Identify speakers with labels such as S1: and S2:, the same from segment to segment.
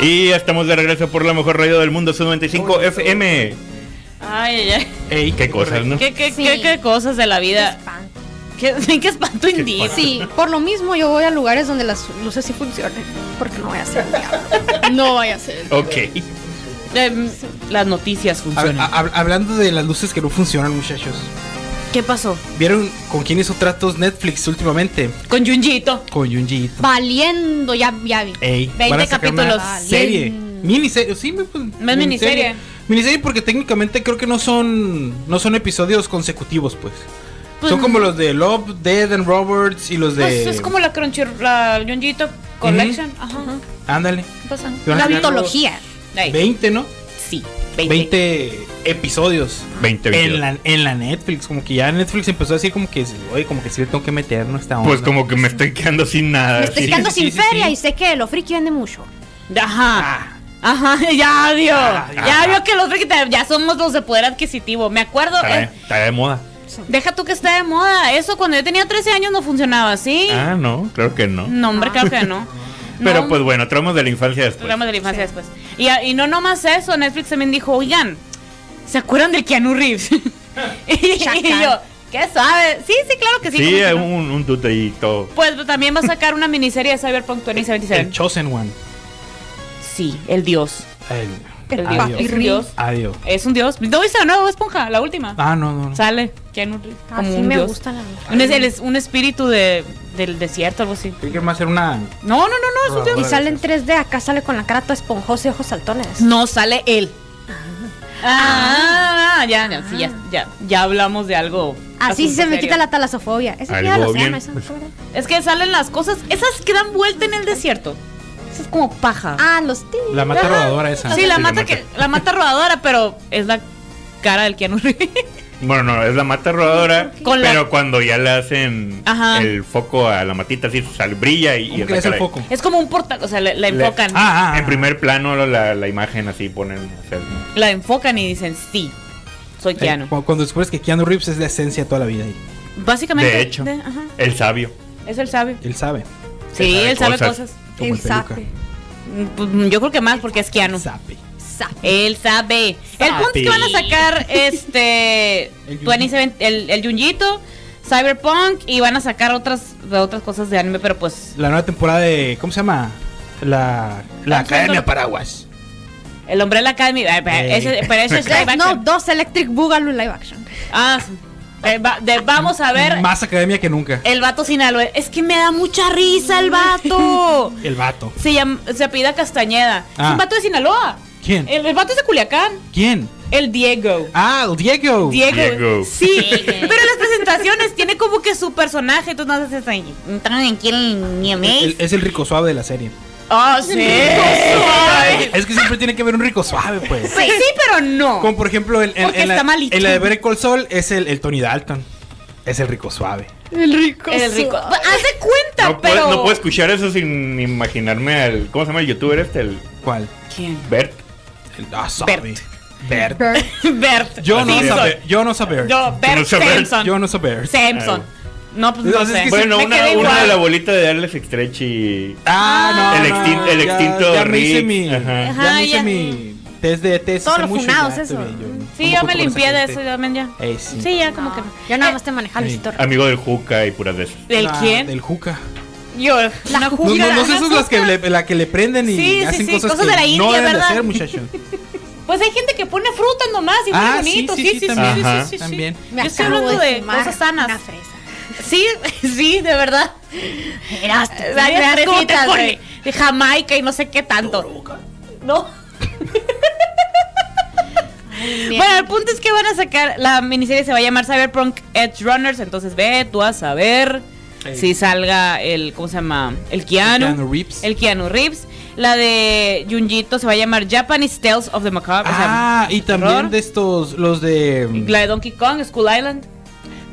S1: Y ya estamos de regreso por la mejor radio del mundo, su 95 FM.
S2: Ay, ay,
S1: Ey, qué cosas, ¿no?
S2: ay. ¿Qué, qué,
S3: Sí.
S2: qué, qué cosas de la vida.
S3: Espanto.
S2: Qué, qué espanto indica.
S1: espanto.
S3: Sí, por lo mismo yo voy a lugares donde las luces sí funcionen. Porque no voy a ser un diablo. No voy a ser.
S1: Ok.
S2: Em, las noticias funcionan.
S4: Hab- hab- hablando de las luces que no funcionan, muchachos.
S2: ¿Qué pasó?
S4: ¿Vieron con quién hizo tratos Netflix últimamente?
S2: Con Junjito.
S4: Con Junjiito.
S3: Valiendo, ya, ya vi.
S4: Ey,
S2: 20
S4: van a sacar una
S2: capítulos.
S4: Serie.
S3: Valiente.
S4: Miniserie, sí, pues,
S2: es miniserie.
S4: Miniserie porque técnicamente creo que no son no son episodios consecutivos, pues.
S2: Pues
S4: son
S2: no.
S4: como los de Love, Dead and Roberts y los de
S2: Pues es como la Crunchyroll, la Junjito Collection. Ah, Ajá.
S4: Ándale.
S2: ¿Qué pasa?
S4: Y van
S3: La
S4: a sacar luego
S3: mitología.
S2: Ay,
S4: 20, ¿no?
S2: Sí, 20.
S4: 20 episodios
S1: 20,
S4: en
S1: 22.
S4: la, en la Netflix, como que ya Netflix empezó a decir como que, oye, como que sí le tengo que meter, ¿no? Esta onda.
S1: Pues como que me estoy quedando sin nada.
S3: Me estoy
S1: sí.
S3: quedando
S4: sí,
S3: sin
S4: sí,
S3: feria
S4: sí.
S3: y sé que lo friki vende mucho.
S2: Ajá. Ajá, ya vio. ya
S1: ah.
S2: vio que los friki te- ya somos los de poder adquisitivo. Me acuerdo.
S1: Está de-
S2: eh,
S1: está de moda.
S2: deja tú que está de moda. Eso cuando yo tenía 13 años no funcionaba así.
S1: Ah, no, claro que no.
S2: No, hombre, claro que no.
S1: Pero
S2: No,
S1: pues bueno, tramos de la infancia
S3: Pues,
S1: después.
S2: programas de la infancia después. Y, a- y no nomás eso, Netflix también dijo, oigan, ¿se acuerdan del Keanu Reeves? y, y yo, ¿qué sabe? Sí, sí, claro que sí.
S1: Sí,
S2: ¿cómo
S4: eh,
S2: que no?
S1: un, un tute y todo.
S2: Pues también va a sacar una miniserie de Cyberpunk
S4: el
S2: 2077.
S4: Chosen One.
S2: Sí, el dios.
S4: El,
S2: El
S4: adiós.
S2: dios. Es un dios.
S4: Adiós.
S2: Es un dios. ¿No viste la nueva esponja? La última.
S4: Ah, no, no. no.
S2: Sale Keanu Reeves como
S3: Así
S2: un
S3: Ah, me
S2: dios.
S3: gusta la
S2: Un, es- él es un espíritu de, del desierto, algo así.
S4: Creí que me va a hacer una.
S2: No, no, no, no,
S4: Ah.
S2: es un
S3: Y
S2: dios.
S3: sale en 3D, acá sale con la cara toda esponjosa y ojos saltones.
S2: No, sale él. Ah, ya, ya, sí, ya, ya, ya hablamos de algo.
S3: Así Ah, sí se me
S2: asunto
S3: quita
S2: serio.
S3: la talasofobia. Esa es
S1: Algo
S3: miedo al
S1: bien.
S3: océano, esa no es verdad.
S2: Es que salen las cosas, esas que dan vuelta en el desierto. Eso es como paja.
S3: Ah, los tíos.
S4: La mata
S2: Ajá.
S4: rodadora esa.
S2: Ah, sí,
S1: sí,
S2: la
S1: la
S2: mata
S1: mata.
S2: que la mata rodadora, pero es la cara del Keanu Reeves.
S1: Bueno, no, es la mata rodadora.
S2: Con la-
S1: pero cuando ya le hacen
S2: Ajá.
S1: el foco a la matita, así sal, brilla y, y
S4: ¿Cómo que le hace el
S1: saca la-
S4: foco?
S2: Es como un porta, o sea, la, la
S1: Le-
S2: enfocan.
S4: Ah, ah,
S1: En primer plano la, la imagen así ponen. o sea,
S2: La enfocan y dicen, "Sí, soy
S4: eh,
S2: Keanu."
S4: cu- Cuando descubres que Keanu Reeves es la esencia de toda la vida. ahí.
S2: Básicamente
S1: de hecho,
S2: ajá,
S1: el sabio.
S2: es el sabio.
S4: Él sabe.
S2: Sí,
S1: sabe
S2: él sabe
S1: cosas.
S2: cosas.
S4: Como el
S3: El
S4: peluca.
S3: sape.
S2: Mm, pues, Yo creo que más porque es Keanu.
S4: Sabe.
S3: Sape.
S2: Él sabe. El punto es que van a sacar este
S4: El Junji.
S2: 2070 el, el Junjito, Cyberpunk y van a sacar otras otras cosas de anime, pero pues
S4: La nueva temporada de. ¿Cómo se llama? La.
S2: Están
S4: La Academia
S2: siendo-
S4: Paraguas.
S2: el hombre de la Academy, eh, pero
S4: Ey.
S2: ese- pero ese es live
S3: Death Note
S2: action.
S3: 2 Electric Boogaloo live action.
S2: Ah, sí. Eh, va- de- vamos a ver Eh.
S4: Más academia que nunca.
S2: el vato sinaloense. Es que me da mucha risa el vato.
S4: El vato.
S2: Se llama se apellida Castañeda. Es
S4: Ah.
S2: un vato de Sinaloa.
S4: ¿Quién?
S2: El, el vato es de Culiacán,
S4: ¿Quién?
S2: el Diego.
S4: Ah, el Diego.
S2: Diego.
S1: Diego.
S2: Sí, pero en las presentaciones tiene como que su personaje, entonces no haces entran en quién ni
S4: El- el- es el rico suave de la serie.
S2: Ah, sí.
S4: Eh, Es que siempre tiene que haber un rico suave, pues.
S2: Sí, sí, pero no.
S4: Como por ejemplo, en, en-
S2: Porque
S4: en la,
S2: está malito.
S4: en la de Better Call Saul es el, el Tony Dalton. Es el rico suave.
S3: El rico.
S2: El rico. Haz de cuenta,
S1: No,
S2: pero.
S1: puedo, no puedo escuchar eso sin imaginarme al. ¿Cómo se llama el youtuber este? El
S4: ¿Cuál?
S2: ¿Quién?
S1: Bert.
S4: El, ah, suave.
S2: Bert.
S4: Bert.
S2: Bert.
S4: Yo no
S2: Simpson.
S4: saber. Yo no saber.
S2: Yo, Bert
S1: No sé, Bert.
S2: Simpson.
S4: Yo no saber.
S2: Simpson. No, pues no
S4: Entonces, es
S2: sé.
S4: que sí,
S1: Bueno,
S2: Me
S1: una,
S2: quedé
S1: una
S2: igual.
S1: de la bolita de Alex Stretch y.
S4: Ah, no.
S1: El
S4: no,
S1: extin- el
S4: ya-
S1: extinto
S4: ya, me hice
S1: Rick,
S4: mi.
S1: ajá.
S4: Ya
S2: Ajá,
S4: me hice
S2: ya.
S4: mi test de test.
S3: Todos
S4: hace
S3: los
S4: mucho y
S3: funados,
S4: ya,
S3: eso.
S4: estoy bien, yo
S2: Sí,
S4: no
S2: yo me
S4: ocupo
S2: limpié
S4: esa
S2: de eso
S4: gente.
S2: también ya.
S4: Ey, sí.
S2: Sí, ya como que. Eh,
S3: Yo nada más te manejaba
S4: Ey.
S3: Luisito Rey.
S1: Amigo del Juca y puras de esas.
S2: ¿Del
S4: Ah,
S2: quién?
S4: Del Juca.
S2: Yo. Una
S4: No, no,
S2: juguera,
S4: no sé,
S2: una
S4: esas las que
S2: juca.
S4: le, la que le prenden
S2: Sí,
S4: y
S2: sí,
S4: hacen
S2: sí,
S4: cosas,
S2: cosas
S4: que
S2: de la
S4: no
S2: India,
S4: deben de
S2: ¿verdad?
S4: hacer, muchachos.
S2: Pues hay gente que pone fruta nomás y
S4: Ah,
S2: muy
S4: sí,
S2: bonito.
S4: sí,
S2: Sí,
S4: sí,
S2: sí, sí, sí,
S1: también.
S2: sí,
S1: Ajá.
S2: sí, sí.
S4: También.
S3: Me
S2: Yo estoy
S3: acabo
S2: hablando de
S3: fumar
S2: cosas sanas.
S3: Una fresa.
S2: Sí, sí, de verdad.
S3: Eras tú.
S2: Varias
S3: Eras como
S2: fresitas,
S3: te pone.
S2: güey. De Jamaica y no sé qué tanto. No.
S3: Bien.
S2: Bueno, el punto es que van a sacar. La miniserie se va a llamar Cyberpunk Edge Runners. Entonces ve tú a saber
S4: Sí.
S2: si salga el. ¿Cómo se llama? El Keanu.
S4: El Keanu Reeves.
S2: El Keanu Reeves. La de Junjito se va a llamar Japanese Tales of the Macabre. pues, o sea,
S4: Ah, y también
S2: terror.
S4: de estos, los de, mm,
S2: La de Donkey Kong, School Island.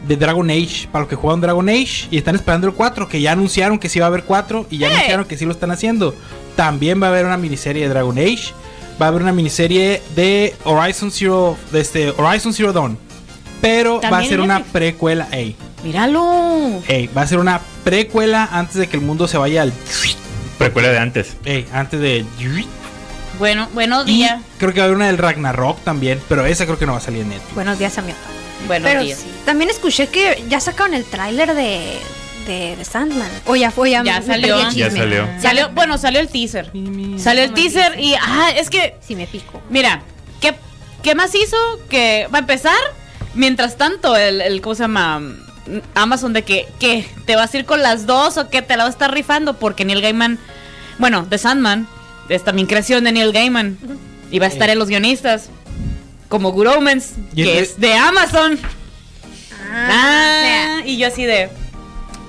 S4: de Dragon Age, para los que juegan Dragon Age y están esperando el 4, que ya anunciaron que sí va a haber 4 y ya
S2: ¡Eh!
S4: anunciaron que sí lo están haciendo. También va a haber una miniserie de Dragon Age, va a haber una miniserie de Horizon Zero, de este, Horizon Zero Dawn, pero va a
S2: También
S4: ser
S2: en
S4: una
S2: Netflix.
S4: precuela, ey,
S2: Míralo.
S4: ey, va a ser una precuela antes de que el mundo se vaya al,
S1: Precuela de antes.
S4: ey, antes de
S2: Bueno, buenos
S4: Y
S2: días.
S4: creo que va a haber una del Ragnarok también, pero esa creo que no va a salir en Netflix.
S3: Buenos días, amigo.
S2: Buenos
S3: Pero
S2: días.
S3: sí, también escuché que ya sacaron el tráiler de, de, de Sandman. O ya fue, ya,
S2: Ya
S3: me
S2: salió.
S3: perdí el
S1: Ya
S3: chisme.
S1: salió.
S2: Salió, bueno, salió el teaser. Salió el
S3: Como el
S2: teaser y ah, es que
S3: Sí, me pico.
S2: Mira, ¿qué, qué más hizo? Que va a empezar. Mientras tanto, el, el ¿cómo se llama? Mm, Amazon de que, ¿qué? ¿Te vas a ir con las dos o que te la va a estar rifando? Porque Neil Gaiman, bueno, The Sandman, es también creación de Neil Gaiman. Y va a estar en los guionistas. Como Good Omens,
S4: Y
S2: que
S4: el-
S2: es de Amazon.
S3: o
S2: Ah, y yo así de.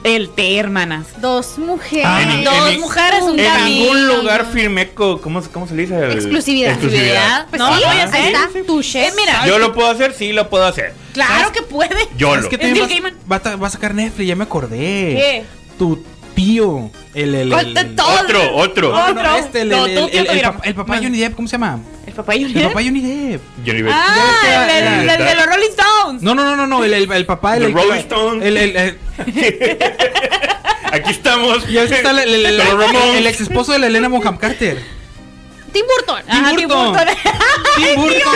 S2: El té, hermanas.
S3: sea, dos mujeres.
S1: Ah, en-
S2: Dos
S1: en-
S2: mujeres, un
S1: En
S2: camino. Pues
S1: ningún lugar firmé co- ¿cómo, se- ¿cómo se le dice? El-
S3: Exclusividad.
S1: Exclusividad.
S3: Pues
S2: No,
S3: sí,
S2: no,
S3: ahí
S2: ya sé.
S3: está. Tu chef.
S2: Eh, mira,
S1: Yo lo puedo hacer, sí lo puedo hacer.
S2: claro que puede.
S1: Yo
S4: Es
S1: lo.
S4: que
S2: Es Neil
S4: también vas-
S2: Gaiman.
S4: va, a ta- va a sacar Netflix, ya me acordé.
S2: ¿Qué?
S4: Tu tío. El, el, el-
S2: Con- todo- Ah,
S1: Otro, otro.
S4: No, no,
S2: otro.
S4: este, el,
S2: No,
S4: el-
S2: todo
S4: el-
S2: tío
S4: el
S2: Tobirama.
S4: papá- el papá Johnny Depp, ¿cómo se llama?
S2: El papá Johnny
S4: El
S2: Depp.
S4: papá Johnny Depp.
S1: Johnny Depp.
S2: Ah,
S4: Ya
S2: el,
S4: está,
S2: el-
S1: ya
S2: el
S1: está.
S2: de los Rolling Stones.
S4: No, no, no, no, no, el, el- el papá, el,
S1: The
S4: el-
S1: Rolling Stones.
S4: el- el- el-
S1: Aquí estamos.
S4: ya ves que está el, el- el-
S1: Los Ramones.
S4: el ex esposo de la Elena Bonham Carter.
S3: Tim Burton.
S2: Ajá,
S4: Tim
S2: Tim
S4: Burton.
S2: Burton.
S4: Tim Burton.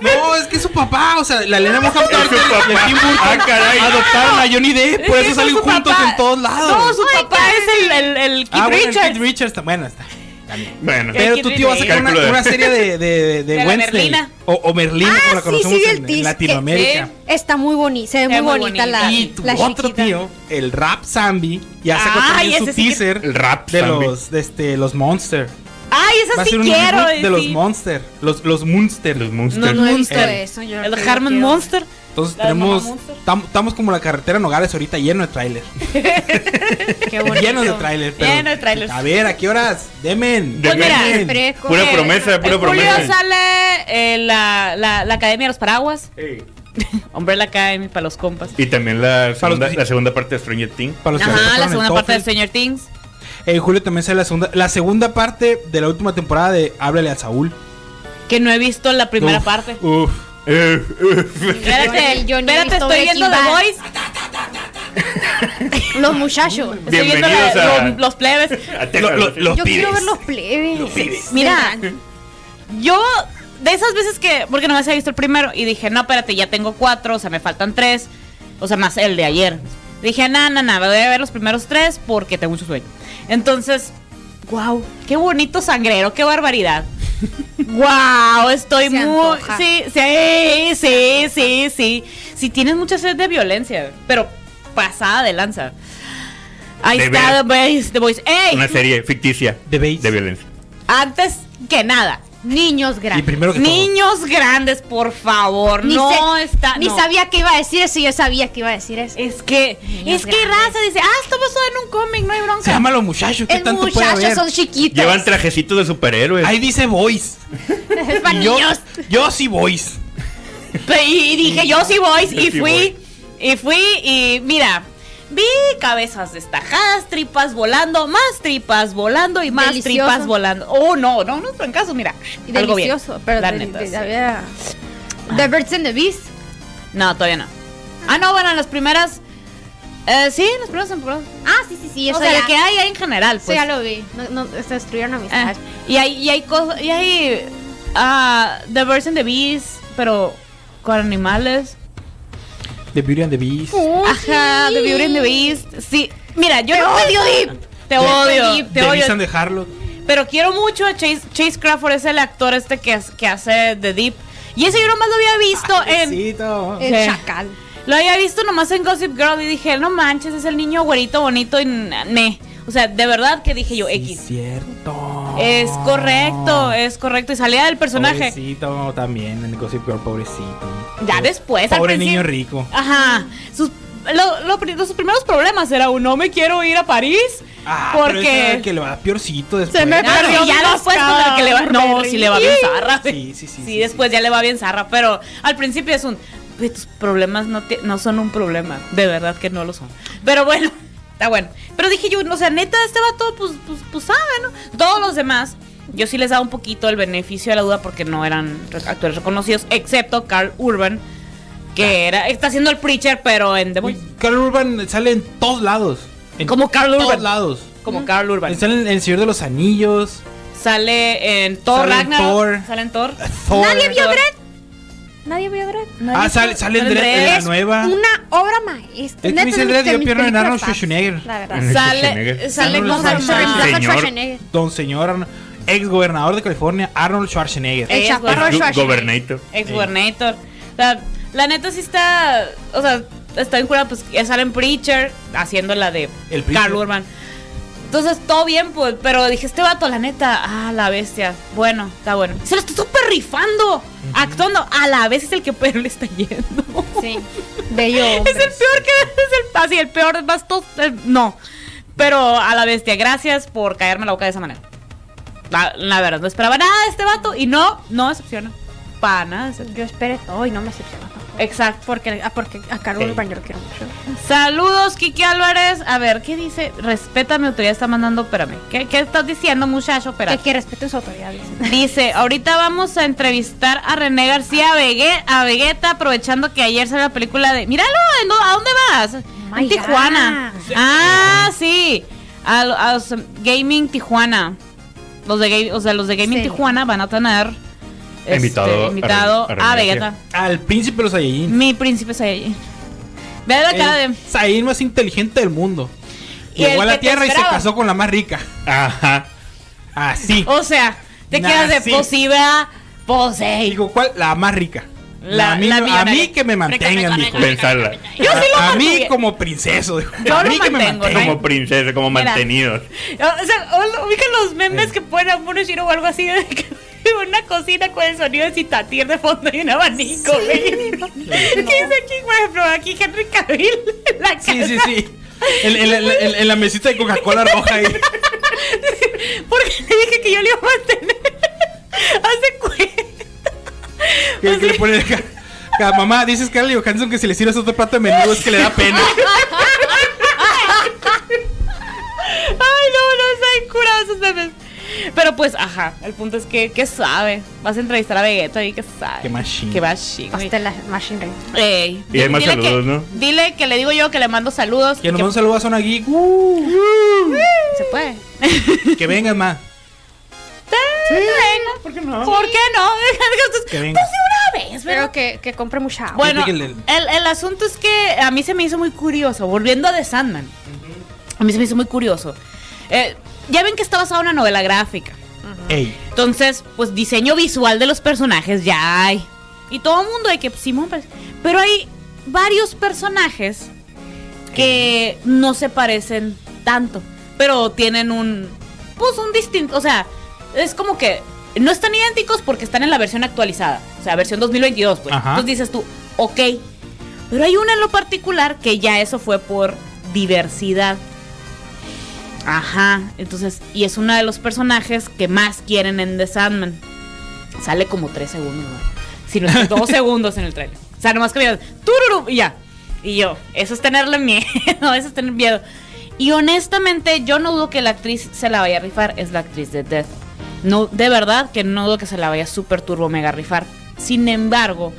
S4: No, es que es su papá, o sea, la Elena Bonham Carter
S1: su
S4: y el
S1: papá.
S4: Tim Burton
S1: Ah, caray.
S4: adoptaron a Johnny Depp, por
S2: Es que
S4: eso salen
S2: su
S4: juntos
S2: papá-
S4: en todos
S2: No,
S4: lados.
S2: su papá es el, el, el Keith
S4: ah, bueno, el
S2: Richards.
S4: Keith Richards, está- bueno, está. también.
S1: Bueno.
S4: Pero
S2: Keith
S4: tu tío va a sacar una,
S1: Richards.
S4: una serie de, de, de,
S2: De la
S4: Wednesday.
S2: Merlina.
S4: O, o Merlina,
S3: Ah,
S4: como la
S3: sí,
S4: conocemos
S3: sí, el
S4: en, en
S3: tis-
S4: Latinoamérica.
S2: eh,
S3: Está muy bonita. Se ve muy,
S2: Está muy
S3: bonita,
S2: bonita.
S3: la,
S4: Y tu
S3: la
S4: otro
S3: chiquita.
S4: tío, el Rap Zambi, ya sacó
S2: Ay,
S4: también su
S2: ese sí que-
S4: teaser
S1: El rap
S4: de
S1: zombie.
S4: los de este los Monster.
S2: Ay,
S4: Va
S2: esa
S4: a
S2: sí
S4: ser un
S2: quiero. eh,
S4: reboot de los
S2: sí.
S4: Monster, los los Munster.
S1: Los monsters.
S2: No, no
S3: he
S2: El-
S3: visto
S4: el-
S3: eso. yo creo
S2: El
S3: que
S2: Harmon
S3: quiero.
S2: Monster.
S4: Entonces
S2: Las
S4: tenemos
S2: mamá Monster.
S4: tam- estamos como la carretera Nogales ahorita lleno de tráiler.
S3: Qué bonito.
S4: Lleno de tráiler, pero
S2: Lleno de tráiler.
S4: A ver, ¿a qué horas? Demen.
S1: Pues mira,
S4: Demen.
S3: fresco.
S1: Pura
S2: Eh,
S1: promesa,
S2: en
S1: pura
S2: julio
S1: promesa.
S2: sale eh, la, la, la Academia de los Paraguas.
S1: Ey.
S2: Umbrella Academy para los compas.
S1: Y también la
S4: Para los
S1: segunda,
S4: que-
S1: la segunda parte de Stranger Things.
S4: Para los que
S2: Ajá, la
S4: aceptaron
S2: segunda
S4: el
S2: parte del
S4: TOEFL.
S2: Señor Things.
S4: En julio también sale la segunda la segunda parte de la última temporada de Háblale a Saúl.
S2: Que no he visto la primera
S4: Uf,
S2: parte.
S4: Uf.
S1: Eh, eh,
S2: Espérate,
S3: Yo ni he
S2: espérate,
S3: visto
S2: estoy
S3: Breaking
S2: viendo The
S3: Bad.
S2: Voice.
S3: Los muchachos.
S2: Estoy viendo
S1: Bienvenidos
S2: la-
S1: a-
S2: los, los plebes.
S1: a Texas,
S4: Lo- lo- lo-
S1: los
S3: Yo quiero
S1: pibes.
S3: ver los plebes.
S2: Mira, yo de esas veces que, porque no me había visto el primero y dije, no, espérate, ya tengo cuatro, o sea, me faltan tres, o sea, más el de ayer. Dije, no, no, no, voy a ver los primeros tres porque tengo mucho sueño. Entonces, wow, qué bonito sangrero, qué barbaridad. Wow, estoy
S3: Se
S2: muy...
S3: antoja.
S2: Sí, sí, sí, sí, sí. Si tienes mucha sed de violencia, pero pasada de lanza. Ahí
S1: De
S2: está The
S1: ver-
S2: Voice, The Voice. ¡Ey!
S1: Una serie ficticia
S4: The Base.
S1: de violencia.
S2: Antes que nada,
S3: Niños
S4: Y
S3: grandes.
S4: primero que todo,
S2: Niños grandes, por favor.
S3: Ni
S2: no
S3: sé-
S2: está.
S3: Ni
S2: no.
S3: sabía que iba a decir eso. Yo sabía que iba a decir eso.
S4: Eh,
S2: Es que.
S3: Niños
S2: es que
S3: grandes.
S2: raza dice, ah, esto pasó en un cómic, no hay bronca.
S4: se llama Los Muchachos, ¿qué
S3: El
S4: tanto puede
S3: muchacho
S4: haber?
S3: son chiquitos.
S1: Llevan trajecitos de superhéroes.
S4: Ahí dice Voice.
S3: Es para
S4: Y yo,
S3: niños.
S4: yo sí Voice.
S2: Pe- Y dije, yo sí voy.
S1: Yo
S2: Y
S1: sí
S2: fui.
S1: voy.
S2: Y fui. Y mira. Vi cabezas destajadas, tripas volando, más tripas volando y más
S3: Delicioso.
S2: tripas volando. Oh, no, no, no, en caso, mira.
S3: Y
S2: algo bien.
S3: Delicioso. Pero
S2: La
S3: de-
S2: neta,
S3: de-
S2: sí.
S3: había- Ah. The Birds and the Beast.
S2: No, todavía no. Ah, no, bueno, en las primeras. eh, sí, en las primeras temporadas.
S3: Ah, sí, sí, sí.
S2: o
S3: Eso,
S2: sea,
S3: ya,
S2: la que hay ahí en general.
S3: eso
S2: Pues.
S3: ya lo vi. No, no, se destruyeron
S2: Ah,
S3: amistades.
S2: y hay, y hay cosas, y hay ah, The Birds and the Bees, pero con animales.
S4: The Beauty and the Beast.
S2: Uh,
S3: Oh,
S2: Ajá,
S3: sí.
S2: The Beauty and the Beast. Sí, mira, yo
S3: Te
S2: no
S3: odio,
S2: pensaba-
S3: Deep.
S2: Te odio, te
S4: The
S2: odio.
S4: Beast and the Harlot.
S2: Pero quiero mucho a Chase, Chase Crawford, es el actor este que, hace- que hace The Deep. Y ese yo nomás lo había visto en.
S4: Besito.
S3: El
S2: Sí.
S3: chacal.
S2: Lo había visto nomás en Gossip Girl y dije, no manches, es el niño güerito bonito y na- me. O sea, de verdad que dije yo,
S4: Sí,
S2: X.
S4: cierto.
S2: Es correcto, es correcto. Y salía del personaje.
S4: Pobrecito también, en Gossip Girl, pobrecito.
S2: Ya después, al
S4: Pobre
S2: principio-
S4: niño rico.
S2: Ajá. Sus, lo- lo pri- sus primeros problemas era un no me quiero ir a París
S4: Ah, pero ese era el
S2: porque
S4: que le va peorcito después.
S3: Se me
S2: Ah,
S3: perdió
S2: sí, ya
S3: mi
S2: después cuando el que le va no
S3: Blackberry.
S2: si le va bien zarra.
S4: Sí, sí, sí, sí,
S2: después ya le va bien zarra, pero al principio es un "Güey, tus problemas no te- no son un problema, de verdad que no lo son. Pero bueno, está bueno. Pero dije yo, o sea, neta este vato pues pues pues sabe, ¿no? Todos los demás yo sí les daba un poquito el beneficio de la duda porque no eran re- actores reconocidos, excepto Carl Urban,
S4: Ah.
S2: que era, está haciendo el preacher, pero en The Voice.
S4: Carl Urban sale en todos lados. En
S2: Como Carl
S4: todos
S2: Urban.
S4: lados.
S2: Como Carl Urban.
S4: Sale en El Señor de los Anillos.
S2: Sale en Thor
S4: Sale en
S2: Ragnarok.
S4: Thor.
S2: Sale en Thor.
S4: Thor.
S3: Nadie vio
S2: Thor.
S3: Dread. Nadie vio Dread.
S4: Ah, sale, sale en Dread, en la
S3: Es
S4: nueva.
S3: Una obra maestra.
S4: Es que me dice Dread, yo pierdo en Arnold Schwarzenegger.
S3: La verdad.
S1: Arnold
S2: Sale,
S1: Schwarzenegger.
S2: sale
S4: Arnold
S2: con
S4: Schwarzenegger.
S2: Superman.
S1: Señor.
S3: Schwarzenegger.
S4: Don señor Arno- ex gobernador de California, Arnold Schwarzenegger.
S3: El
S2: Es
S3: chaparro
S2: Arnold
S1: Go-
S3: Schwarzenegger.
S1: Gobernator.
S2: Ex Gobernator. O sea, la neta sí está. O sea, está en cura, pues ya sale en Preacher haciendo la de
S4: El Preacher.
S2: Carl Urban. Entonces todo bien, pues, pero dije, este vato, la neta, ah, la bestia. Bueno, está bueno. Se lo está súper rifando, actuando. A la vez es el que peor le está yendo.
S3: Sí. Bello.
S2: Es el peor que es el así, el peor más to- el- no. Pero a la bestia, gracias por caerme la boca de esa manera. La, la verdad, no esperaba nada de este vato y no, no decepciona. Para nada. decepciona.
S3: Yo esperé todo y no me aceptaba.
S2: Exacto.
S3: Porque, ah, porque a Carlos Urban yo lo quiero mucho.
S2: Saludos, Kiki Álvarez. A ver, ¿qué dice? Respeta mi autoridad, está mandando, espérame. ¿Qué, qué estás diciendo, muchacho? Espérate.
S3: Que, que respeten su autoridad. dicen.
S2: Dice, ahorita vamos a entrevistar a René García a, Vegue- a Vegeta, aprovechando que ayer salió la película de... Míralo, ¿en dó- ¿a dónde vas?
S3: Oh my
S2: en Tijuana.
S3: God.
S2: Ah, sí. A, lo- a los Gaming Tijuana. Los de, Ga- o sea, los de Gaming
S3: Sí.
S2: Tijuana van a tener... este,
S1: Invitado a
S2: invitado
S1: Ren- a
S2: a,
S1: René
S2: Vegeta.
S1: García.
S4: Al príncipe de los Saiyajin.
S2: Mi príncipe Saiyajin. Ve la cara de...
S4: El Saiyajin más inteligente del mundo.
S2: Y el
S4: Llegó
S2: que
S4: a la
S2: te
S4: tierra y se
S2: esperaba.
S4: casó con la más rica.
S1: Ajá.
S4: Así.
S2: O sea, te
S4: Nah,
S2: quedas de "Pues
S4: sí.
S2: posible Posey.
S4: Digo, ¿cuál? La más rica.
S2: La-
S4: a, mí,
S2: la
S4: a
S2: millonaria.
S4: mí que me mantengan, dijo.
S1: Pensarla.
S2: Yo sí lo
S4: a, a mí
S2: mantuve.
S4: como princeso. dijo.
S2: Yo
S4: a
S2: lo
S4: mí que me
S2: mantengo, ¿no?
S4: mantengan.
S1: Como princesa, como
S2: Mira.
S1: mantenidos.
S2: O sea, o- ubican los memes que ponen a Muno Shiro o algo así de que- una cocina con el sonido de citatir de fondo y un abanico, güey. ¿Qué dice aquí, por ejemplo? Aquí Henry Cavill en la casa.
S4: Sí, sí, sí. En, en la- en la- en- en la mesita de Coca-Cola roja ahí.
S2: Porque le dije que yo le iba a mantener. Hace cuenta.
S4: Que, que le pone acá- acá, mamá, dice Scarlett Johansson que si le sirves otro plato de menudo es que le da pena.
S2: Ay, no, no, están curados esos memes. Pero pues, ajá, el punto es que, ¿qué sabe? Vas a entrevistar a Vegeta y ¿qué sabe?
S4: Qué machine.
S2: Qué machine, güey.
S3: Hasta la Machine Gun.
S2: Pues Ey,
S1: Y hay más
S2: dile que-
S1: saludos, ¿no?
S2: Dile que le digo yo que le mando saludos.
S4: Que nos
S2: que-
S4: manda un saludo a Zona Geek. Uh,
S2: Se puede.
S4: que vengan más.
S2: ¿Por qué no? ¿Por qué no?
S4: Que venga.
S2: Pues una vez, pero...
S3: Pero que, que compre mucha agua.
S2: Bueno,
S4: que
S2: el,
S4: el- el-
S2: el asunto es que a mí se me hizo muy curioso, volviendo a The Sandman, a mí se me hizo muy curioso. Eh, ya ven que está basada en una novela gráfica.
S4: Ey.
S2: Entonces, pues diseño visual de los personajes ya hay. Y todo el mundo de que pues, Simón, pues, pero hay varios personajes que no se parecen tanto, pero tienen un pues un distinto, o sea, es como que no están idénticos porque están en la versión actualizada, o sea, versión 2022, pues.
S4: Ajá.
S2: Entonces dices tú, ok, pero hay una en lo particular que ya eso fue por diversidad. Ajá, entonces, y es uno de los personajes que más quieren en The Sandman. Sale como tres segundos, güey. Si no es que dos segundos en el trailer. O sea, nomás que me digan, "Tururú", y ya. Y yo, eso es tenerle miedo, eso es tener miedo. Y honestamente, yo no dudo que la actriz se la vaya a rifar, es la actriz de Death. No, de verdad que no dudo que se la vaya super turbo mega rifar. Sin embargo,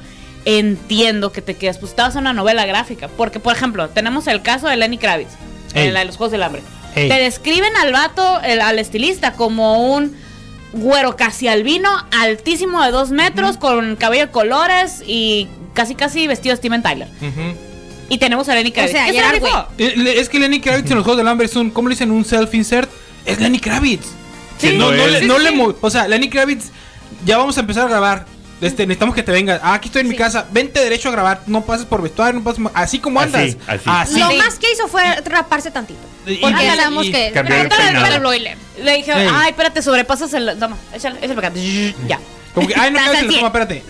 S2: entiendo que te quedas, pues estabas en una novela gráfica. Porque, por ejemplo, tenemos el caso de Lenny Kravitz,
S4: Ey.
S2: en la de los Juegos del Hambre.
S4: Ey.
S2: Te describen al vato, el- al estilista, como un güero casi albino, altísimo de dos metros, con cabello de colores y casi casi vestido de Steven Tyler.
S4: Ujú.
S2: Y tenemos a Lenny Kravitz.
S3: sea,
S2: ¿Qué se
S3: ya
S2: la
S3: era
S2: rifó?
S4: Eh, le- Es que Lenny Kravitz en los Juegos del Hambre es un, ¿cómo le dicen? Un self-insert. Es Lenny Kravitz.
S1: Sí.
S4: Que no, no,
S1: Sí,
S4: le,
S1: sí,
S4: no
S2: sí.
S4: le mo- O sea, Lenny Kravitz, ya vamos a empezar a grabar. Este, necesitamos que te vengas. Ah, aquí estoy en mi casa. Vente derecho a grabar. No pases por vestuario, no pases mo- así como
S1: Así,
S4: andas.
S1: así.
S3: Lo
S2: Sí.
S3: más que hizo fue raparse tantito.
S4: Y-
S3: Porque
S4: y-
S3: sabemos
S4: y-
S3: que.
S1: Cambiar el
S3: Pero-
S1: peinado.
S3: pero Loyle.
S2: Le dije,
S4: Ey.
S2: ay, espérate, sobrepasas el. Toma, échale, échale para acá. Ya.
S4: Como que, ay, no
S2: Estás
S4: Kravitz, se lo
S2: así.
S4: toma, espérate.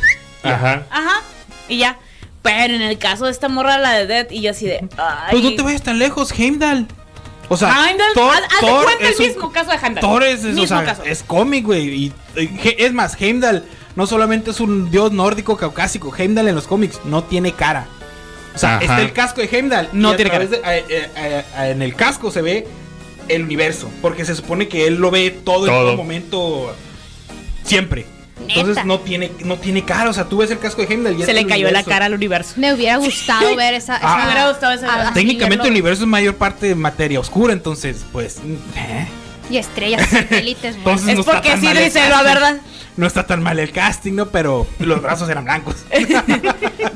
S1: Ajá.
S2: Ajá. Y ya. Pero en el caso de esta morra, la de Dead, y yo así de. Ay.
S4: Pues no te vayas tan lejos, Heimdall. O sea,
S2: Heimdall,
S4: Thor-
S2: haz- haz de
S4: Thor
S2: cuenta el
S4: es un-
S2: mismo caso de Heimdall.
S4: Thor es, es- o
S2: Mismo
S4: sea,
S2: caso.
S4: es cómic, güey. Y, y He- es más, Heimdall no solamente es un dios nórdico caucásico. Heimdall en los cómics no tiene cara. O sea,
S1: Ajá.
S4: está el casco de Heimdall.
S2: No
S4: y a
S2: tiene
S4: través de- eh, eh, eh, en el casco se ve el universo. Porque se supone que él lo ve todo, en
S1: Todo.
S4: todo momento. Siempre. Entonces
S3: Neta.
S4: no tiene, no tiene cara. O sea, tú ves el casco de Heimdall y es
S2: Se le
S4: el
S2: cayó la
S4: universo.
S2: cara al universo.
S3: Me hubiera gustado ver esa.
S4: Ah.
S2: Me hubiera gustado esa-
S4: Técnicamente el
S3: el
S4: universo es mayor parte de materia oscura, entonces, pues. ¿eh?
S3: Y estrellas, satélites, güey.
S4: Entonces
S2: Es
S4: no está
S2: porque
S4: tan
S2: sí
S4: mal
S2: lo
S4: el
S2: hice, la
S4: casting.
S2: verdad.
S4: No está tan mal el casting, ¿no? Pero los brazos eran blancos.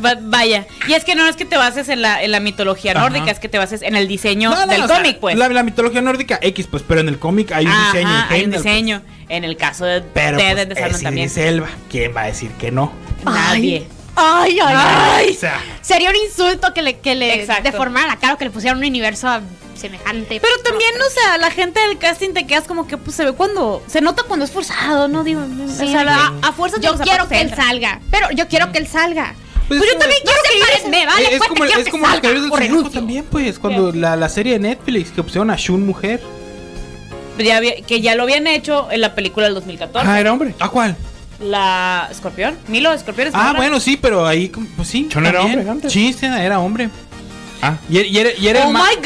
S2: Va- Vaya. Y es que no es que te bases en la, en la mitología
S4: Ajá.
S2: nórdica, es que te bases en el diseño
S4: No, no,
S2: del
S4: o sea,
S2: cómic, pues.
S4: La, la mitología nórdica X, pues, pero en el cómic hay un
S2: Ajá,
S4: diseño. en
S2: hay un
S4: Heimdall, pues.
S2: diseño. En el caso de
S4: Pero
S2: Ted
S4: pues,
S2: de
S4: es
S2: Sandman también.
S4: Idris Elba. ¿Quién va a decir que no?
S2: Nadie.
S3: Ay, ay, ay.
S4: O sea,
S3: Sería un insulto que le, que le
S2: Exacto.
S3: deformara la cara o que le pusieran un universo semejante.
S2: Pero también, o sea, la gente del casting te quedas como que pues, se ve cuando. Se nota cuando es forzado, ¿no? Digo, o sea, la- a fuerza
S3: Yo quiero que él salga. Pero yo quiero que él salga.
S4: Mm. Pues,
S3: Pues
S4: eh,
S3: yo también quiero que él salga. Me
S2: Ah,
S3: vale,
S4: es
S3: cuate,
S4: como,
S3: quiero
S4: es
S3: que
S4: como los
S3: salga.
S4: caballeros del
S3: o
S4: Zodiaco
S3: renuncio.
S4: también, pues, cuando la, la serie de Netflix que pusieron a Shun mujer.
S2: Ya había- que ya lo habían hecho en la película del 2014.
S4: Ah, era hombre. ¿A cuál?
S2: La escorpión. Milo, escorpión.
S4: Ah,
S2: Escorpión.
S4: bueno, sí, pero ahí, como- pues sí.
S1: Chon era
S4: también.
S1: hombre antes.
S4: Sí, sí, era hombre.
S1: Ah.
S4: Y, era- y era, y era
S2: Oh
S4: el más,
S2: my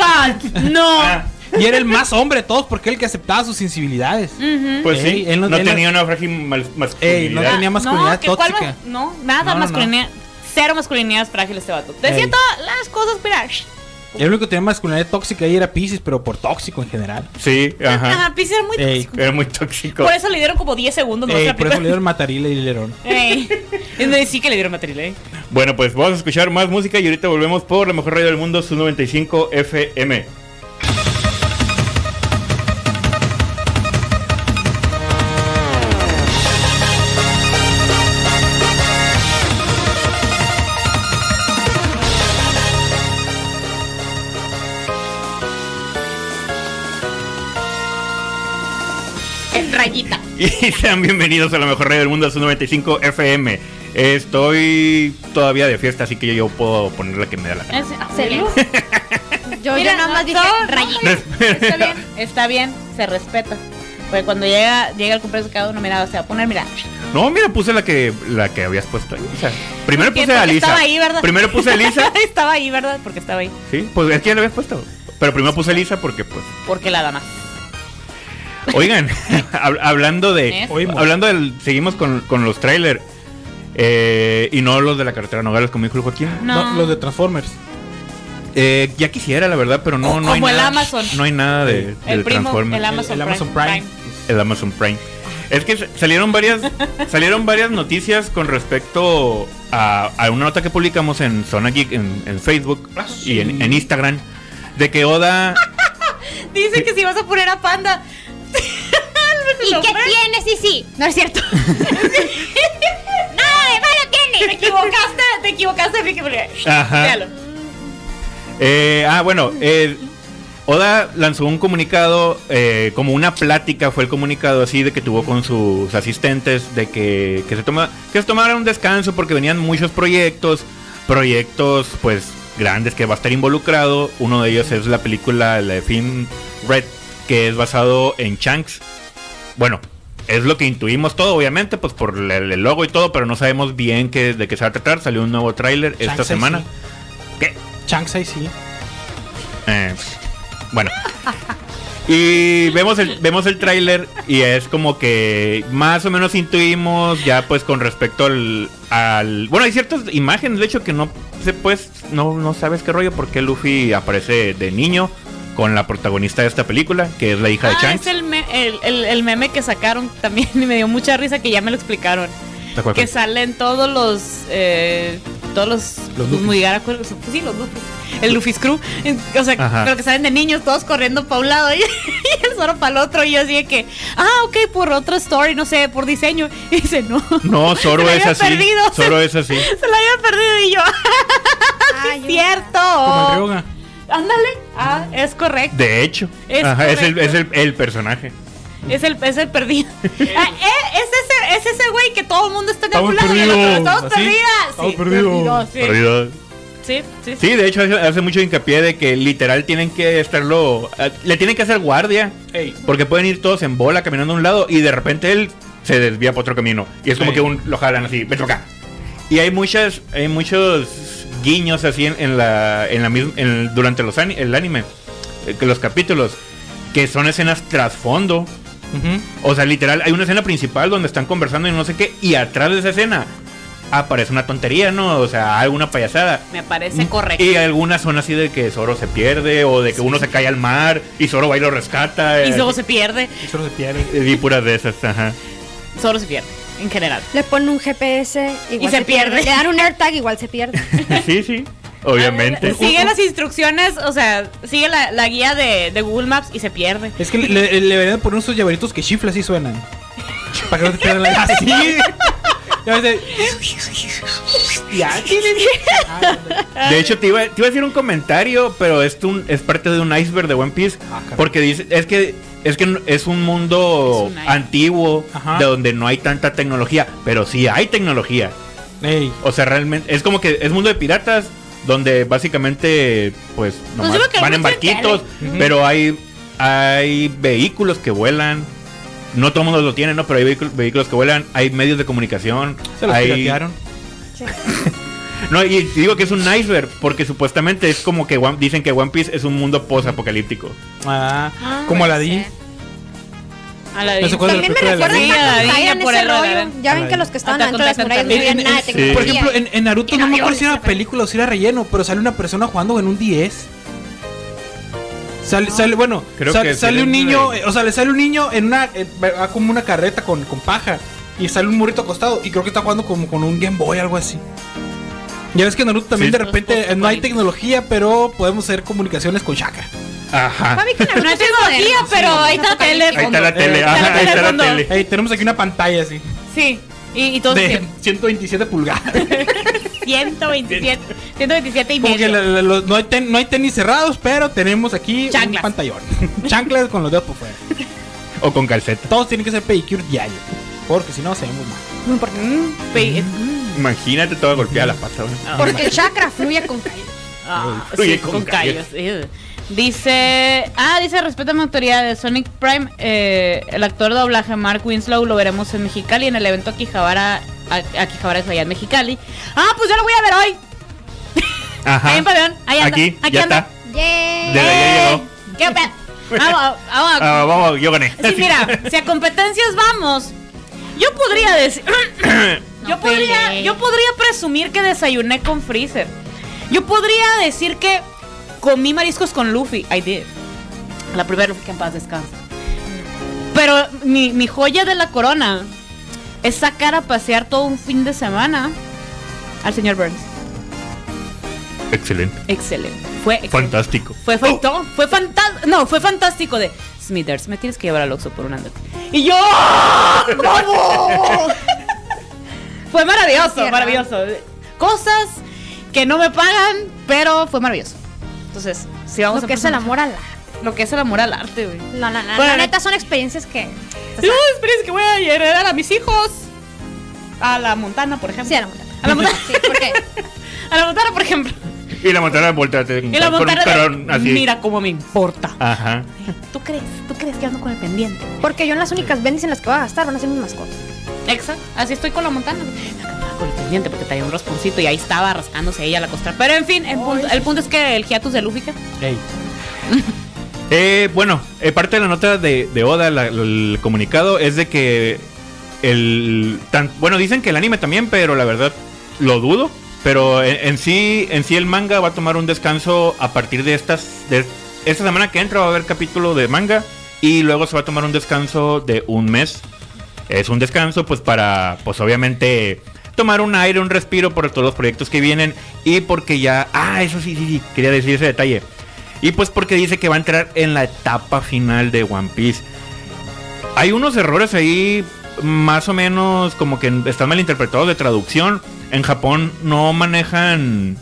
S2: god. No.
S1: Ah,
S4: y era el más hombre de todos porque era el que aceptaba sus sensibilidades.
S2: Ujú. Ah,
S1: pues
S4: Ey,
S1: sí,
S4: él no
S1: no,
S4: tenía-
S1: tenía una frágil mal-
S4: Ey, no
S1: masculinidad.
S4: tenía masculinidad
S2: que cuál
S4: tóxica.
S2: ma- no, nada,
S4: No, no,
S2: masculinidad. Cero masculinidad frágil este vato. Decía
S4: Ey.
S2: todas las cosas, mira. shh.
S4: El único que tenía masculinidad tóxica ahí era Pisces, pero por tóxico en general.
S1: Sí,
S2: Ajá,
S1: ajá.
S2: Pisces era muy
S4: Ey.
S2: tóxico.
S1: Era muy tóxico.
S2: Por eso le dieron como 10 segundos. ¿no?
S4: Ey,
S2: Otra
S4: Eh, por eso le
S2: película.
S4: dieron matarile y lerón.
S2: Ey. Es decir, sí que le dieron matril, ¿eh?
S1: Bueno, pues vamos a escuchar más música y ahorita volvemos por la mejor radio del mundo, su 95 FM.
S2: En rayita.
S1: Y sean bienvenidos a la mejor radio del mundo, su 95 FM. Estoy todavía de fiesta, así que yo puedo poner la que me da la gana.
S2: Es- ah,
S3: Excelente. Yo,
S2: Mira,
S3: yo nada más dije
S2: no, no,
S3: rayita.
S2: Está bien, está bien, se respeta. Porque cuando llega, llega el cumpleaños de cada uno, mira, se va a poner, mira.
S1: No, mira, puse la que la que habías puesto ahí. o sea, primero
S2: Porque-
S1: puse a
S2: porque
S1: Lisa.
S2: Estaba ahí, ¿verdad?
S1: Primero puse a Lisa.
S2: estaba ahí, ¿verdad? Porque estaba ahí.
S1: sí, pues es que ya la habías puesto. Pero primero puse a Lisa porque pues
S2: Porque la dama.
S1: Oigan, hab- hablando de.
S2: ¿Eh?
S4: Oímos.
S1: Hablando del. Seguimos con, con los trailers. eh, y no los de la carretera Nogales, como dijo el Joaquín.
S2: No.
S4: No, los de Transformers.
S1: Eh, ya quisiera, la verdad, pero no,
S2: Co-
S1: no hay
S2: como el
S1: nada.
S2: Amazon.
S1: No hay nada de, del
S2: El primo,
S1: Transformers.
S2: el Amazon,
S4: el Amazon Prime.
S1: El Amazon Prime. Es que s- salieron varias, salieron varias noticias con respecto a, a una nota que publicamos en Zona Geek en, en Facebook
S4: Ah,
S1: y en,
S4: sí.
S1: en Instagram de que Oda
S2: Dice que si vas a poner a Panda.
S3: ¿Y qué tiene? Sí, sí. No es cierto. Nada de malo
S2: Te
S3: tiene.
S2: equivocaste, Ah, te equivocaste, Ricky. porque-
S4: Ah,
S1: Ajá.
S2: Véalo.
S1: Eh, ah, bueno, eh, Oda lanzó un comunicado, eh, como una plática, fue el comunicado así de que tuvo con sus asistentes, de que, que se, toma, que se tomara un descanso porque venían muchos proyectos, proyectos pues grandes que va a estar involucrado. Uno de ellos es la película, la de Film Red, que es basado en Shanks. Bueno. Es lo que intuimos todo, obviamente, pues por el el logo y todo, pero no sabemos bien qué, de qué se va a tratar. Salió un nuevo tráiler esta
S4: Shanks,
S1: semana.
S4: ahí sí.
S1: ¿Qué?
S4: Shanks ahí sí.
S1: Eh, bueno. Y vemos el, vemos el tráiler y es como que más o menos intuimos ya pues con respecto al, al- Bueno, hay ciertas imágenes, de hecho, que no se pues no, no sabes qué rollo porque Luffy aparece de niño con la protagonista de esta película, que es la hija de
S2: Ah, es
S1: Shanks.
S2: el, me- el- el- el meme que sacaron también y me dio mucha risa que ya me lo explicaron.
S1: ¿Te acuerdas?
S2: Que salen todos los. eh, todos los.
S4: Los Lufis.
S2: muy gara- pues, sí, los Lufis. El Luffy's Crew. eh, O sea,
S1: Ajá.
S2: pero que salen de niños todos corriendo para un lado y, y el Zoro para el otro. Y yo así de que. Ah, ok, por otra story, no sé, por diseño. Y dice, no.
S1: No,
S2: Se
S1: Zoro
S2: la
S1: es
S2: había
S1: así.
S2: perdido.
S1: Zoro es así.
S2: Se la había perdido y yo. "Ah,
S3: Ay,
S2: ¡Cierto!
S4: Como el Ryoga.
S2: Ándale. Ah, es correcto.
S1: De hecho,
S2: Es
S1: Ajá, es, el, es
S2: correcto.
S1: el, el personaje.
S2: Es el, es el perdido. Ah, eh, es ese, es ese güey que todo el mundo está en algún
S4: Estamos
S2: lado y el
S4: perdidos,
S2: otro, Estamos
S4: así.
S2: perdidas.
S4: Estamos
S2: Sí,
S4: perdidos.
S2: perdidos,
S1: Perdido.
S2: Sí, sí, sí.
S1: Sí, de hecho hace, hace mucho hincapié de que literal tienen que estarlo, eh, le tienen que hacer guardia,
S4: Ey.
S1: porque pueden ir todos en bola caminando a un lado y de repente él se desvía para otro camino y es como
S4: Sí.
S1: que un, lo jalan así, vete para acá. Y hay muchas, hay muchos guiños así en, en la, en la misma, en- durante los ani- el anime, eh, que los capítulos que son escenas trasfondo.
S4: Ujú.
S1: O sea, literal, hay una escena principal donde están conversando y no sé qué, y atrás de esa escena ah, parece una tontería, ¿no? O sea, alguna payasada.
S2: Me parece correcto.
S1: Mm. Y algunas son así de que Zoro se pierde o de que uno se cae al mar y Zoro va y lo rescata.
S2: Y
S1: eh,
S2: luego se pierde.
S4: Eso no se pierde.
S1: Y puras de esas, ajá.
S2: Solo se pierde, en general.
S3: Le ponen un GPS igual
S2: Y se pierde.
S3: Le dan un AirTag igual se pierde.
S1: Sí, sí, obviamente.
S2: Eh, Sigue las instrucciones, o sea, sigue la, la guía de, de Google Maps y se pierde.
S4: Es que le, le deberían poner unos llaveritos que chiflas y suenan. Para que no te pierdan la Así. Ya ves de- Ya. Ah,
S1: Uh, De hecho, te iba, te iba a decir un comentario, pero es, un, es parte de un iceberg de One Piece.
S4: Ah, caray.
S1: porque dice, es que es que n- es un mundo
S2: Es un iceberg.
S1: antiguo
S4: Ajá.
S1: de donde no hay tanta tecnología, pero sí hay tecnología.
S4: Ey.
S1: O sea, realmente es como que es mundo de piratas donde básicamente pues nomás
S2: digo que
S1: van
S2: no
S1: en
S2: se enteren.
S1: barquitos, pero hay hay vehículos que vuelan. No todo el mundo lo tiene, ¿no? Pero hay vehículo- vehículos que vuelan, hay medios de comunicación,
S4: Se los
S1: hay-
S4: piratearon.
S1: no, y te digo que es un iceberg, porque supuestamente es como que One- dicen que One Piece es un mundo post-apocalíptico.
S4: Ah,
S3: Ah,
S4: como
S3: puede
S4: Aladdin.
S3: ser.
S2: a la
S4: No sé cuál-
S3: También me
S4: Película de
S3: recuerda
S4: Aladdin.
S3: a Attack on
S2: Sí,
S3: Titan,
S2: por
S3: ese
S2: el
S3: rollo.
S2: Aladdin.
S3: Ya ven que los que estaban
S2: Attack on
S3: adentro de las
S2: Titan
S3: murallas no
S2: también.
S3: tenían
S4: En-
S3: nada de
S4: en-
S3: tecnología.
S4: Por ejemplo, en, en Naruto
S3: Y
S4: no me acuerdo
S3: aviones,
S4: si era
S3: la película.
S4: película o si era relleno, pero sale una persona jugando en un 10. Sale, sale, bueno,
S1: Creo
S4: sal-
S1: que
S4: sale
S1: sí,
S4: un
S1: es
S4: niño,
S1: de-
S4: eh, o sea, le sale un niño en una, eh, va como una carreta con, con paja y sale un murrito acostado y creo que está jugando como con un Game Boy, algo así. Ya ves que en Naruto también
S1: Sí.
S4: de repente eh, no hay tecnología, pero podemos hacer comunicaciones con Shaka.
S1: Ajá.
S3: Papi, que Naruto
S2: No hay
S3: es
S2: tecnología,
S3: moderno.
S2: pero ahí está la tele.
S1: Ahí está la tele,
S4: Eh,
S1: ajá,
S2: está la
S1: ahí está la
S2: fondo.
S1: tele.
S4: Ey, tenemos aquí una pantalla así
S2: Sí, y, y todos
S4: de
S2: cien-
S4: 127 pulgadas.
S2: 127, 127 y
S4: Como que
S2: medio.
S4: la- la- los- no, hay ten- no hay tenis cerrados, pero tenemos aquí
S2: Chanclas.
S4: un pantallón. Chanclas con los dedos por fuera.
S1: O con calceta.
S4: Todos tienen que ser pedicure diario. Porque si no, se ven muy mal.
S3: No, porque-
S2: Mm, pe-
S1: Imagínate toda golpeada la pata. güey.
S2: Ah.
S3: Porque el chakra fluye con caída.
S2: Ah,
S1: Uy,
S2: sí,
S1: con
S2: con callos. Ew. Dice, ah, dice, respeta mi autoridad de Sonic Prime, eh, el actor de doblaje Mark Winslow lo veremos en Mexicali en el evento Akihabara, a- Akihabara es allá en Mexicali. Ah, pues yo lo voy a ver hoy,
S1: Ajá.
S2: ahí en pabellón, ahí anda,
S1: Aquí,
S2: aquí
S1: ya
S2: anda. Eh,
S1: está.
S3: Yay.
S1: De allá llegó.
S2: ¿Qué pedo? Vamos, vamos.
S1: Ah, vamos, yo gané.
S2: Sí, mira, si a competencias vamos, yo podría decir, yo
S3: No
S2: podría,
S3: pelees.
S2: yo podría presumir que desayuné con Freezer. Yo podría decir que comí mariscos con Luffy. I did. La primera Luffy que en paz descansa. Pero mi, mi joya de la corona es sacar a pasear todo un fin de semana al señor Burns.
S1: Excelente.
S2: Excelente. Fue excelente.
S1: Fantástico.
S2: Fue, fue, no, fue fantástico. No, fue fantástico de Smithers, me tienes que llevar al Oxxo por un andate. Y yo. ¡Vamos! fue maravilloso,
S3: Cierra.
S2: maravilloso. Cosas que no me pagan, pero fue maravilloso. Entonces, si vamos
S3: Lo
S2: a
S3: que es el
S2: presentar-
S3: amor al
S2: Lo que es el amor al arte, güey.
S3: No, no, no.
S2: Bueno,
S3: la neta son experiencias que. o sea,
S2: Yo experiencia que voy a heredar a mis hijos. A la montana, por ejemplo.
S3: sí, a la
S2: A la montana.
S3: Sí, porque
S2: A la montana, por ejemplo.
S1: Y la montana volteate.
S2: Y la montana. de-
S1: Con un perón así.
S2: Mira cómo me importa.
S1: Ajá.
S2: ¿Tú crees? ¿Tú crees que ando con el pendiente?
S3: Porque yo en las únicas bendis en las que voy a gastar van a ser mis mascotas.
S2: Exacto, así estoy con la montana. Con el pendiente porque traía un rasponcito y ahí estaba rascándose ella la costra. Pero en fin, el punto, el punto es que el hiatus de Luffy. ¿qué?
S4: Ey.
S1: Eh, bueno, eh, parte de la nota de, de Oda, la- el comunicado, es de que el... tan- bueno, dicen que el anime también, pero la verdad lo dudo. Pero en, en sí, en sí el manga va a tomar un descanso a partir de estas... De, esta semana que entra va a haber capítulo de manga y luego se va a tomar un descanso de un mes. Es un descanso pues para, pues obviamente, tomar un aire, un respiro por todos los proyectos que vienen y porque ya... Ah, eso sí, sí, sí, quería decir ese detalle. Y pues porque dice que va a entrar en la etapa final de One Piece. Hay unos errores ahí más o menos como que están malinterpretados de traducción. En Japón no manejan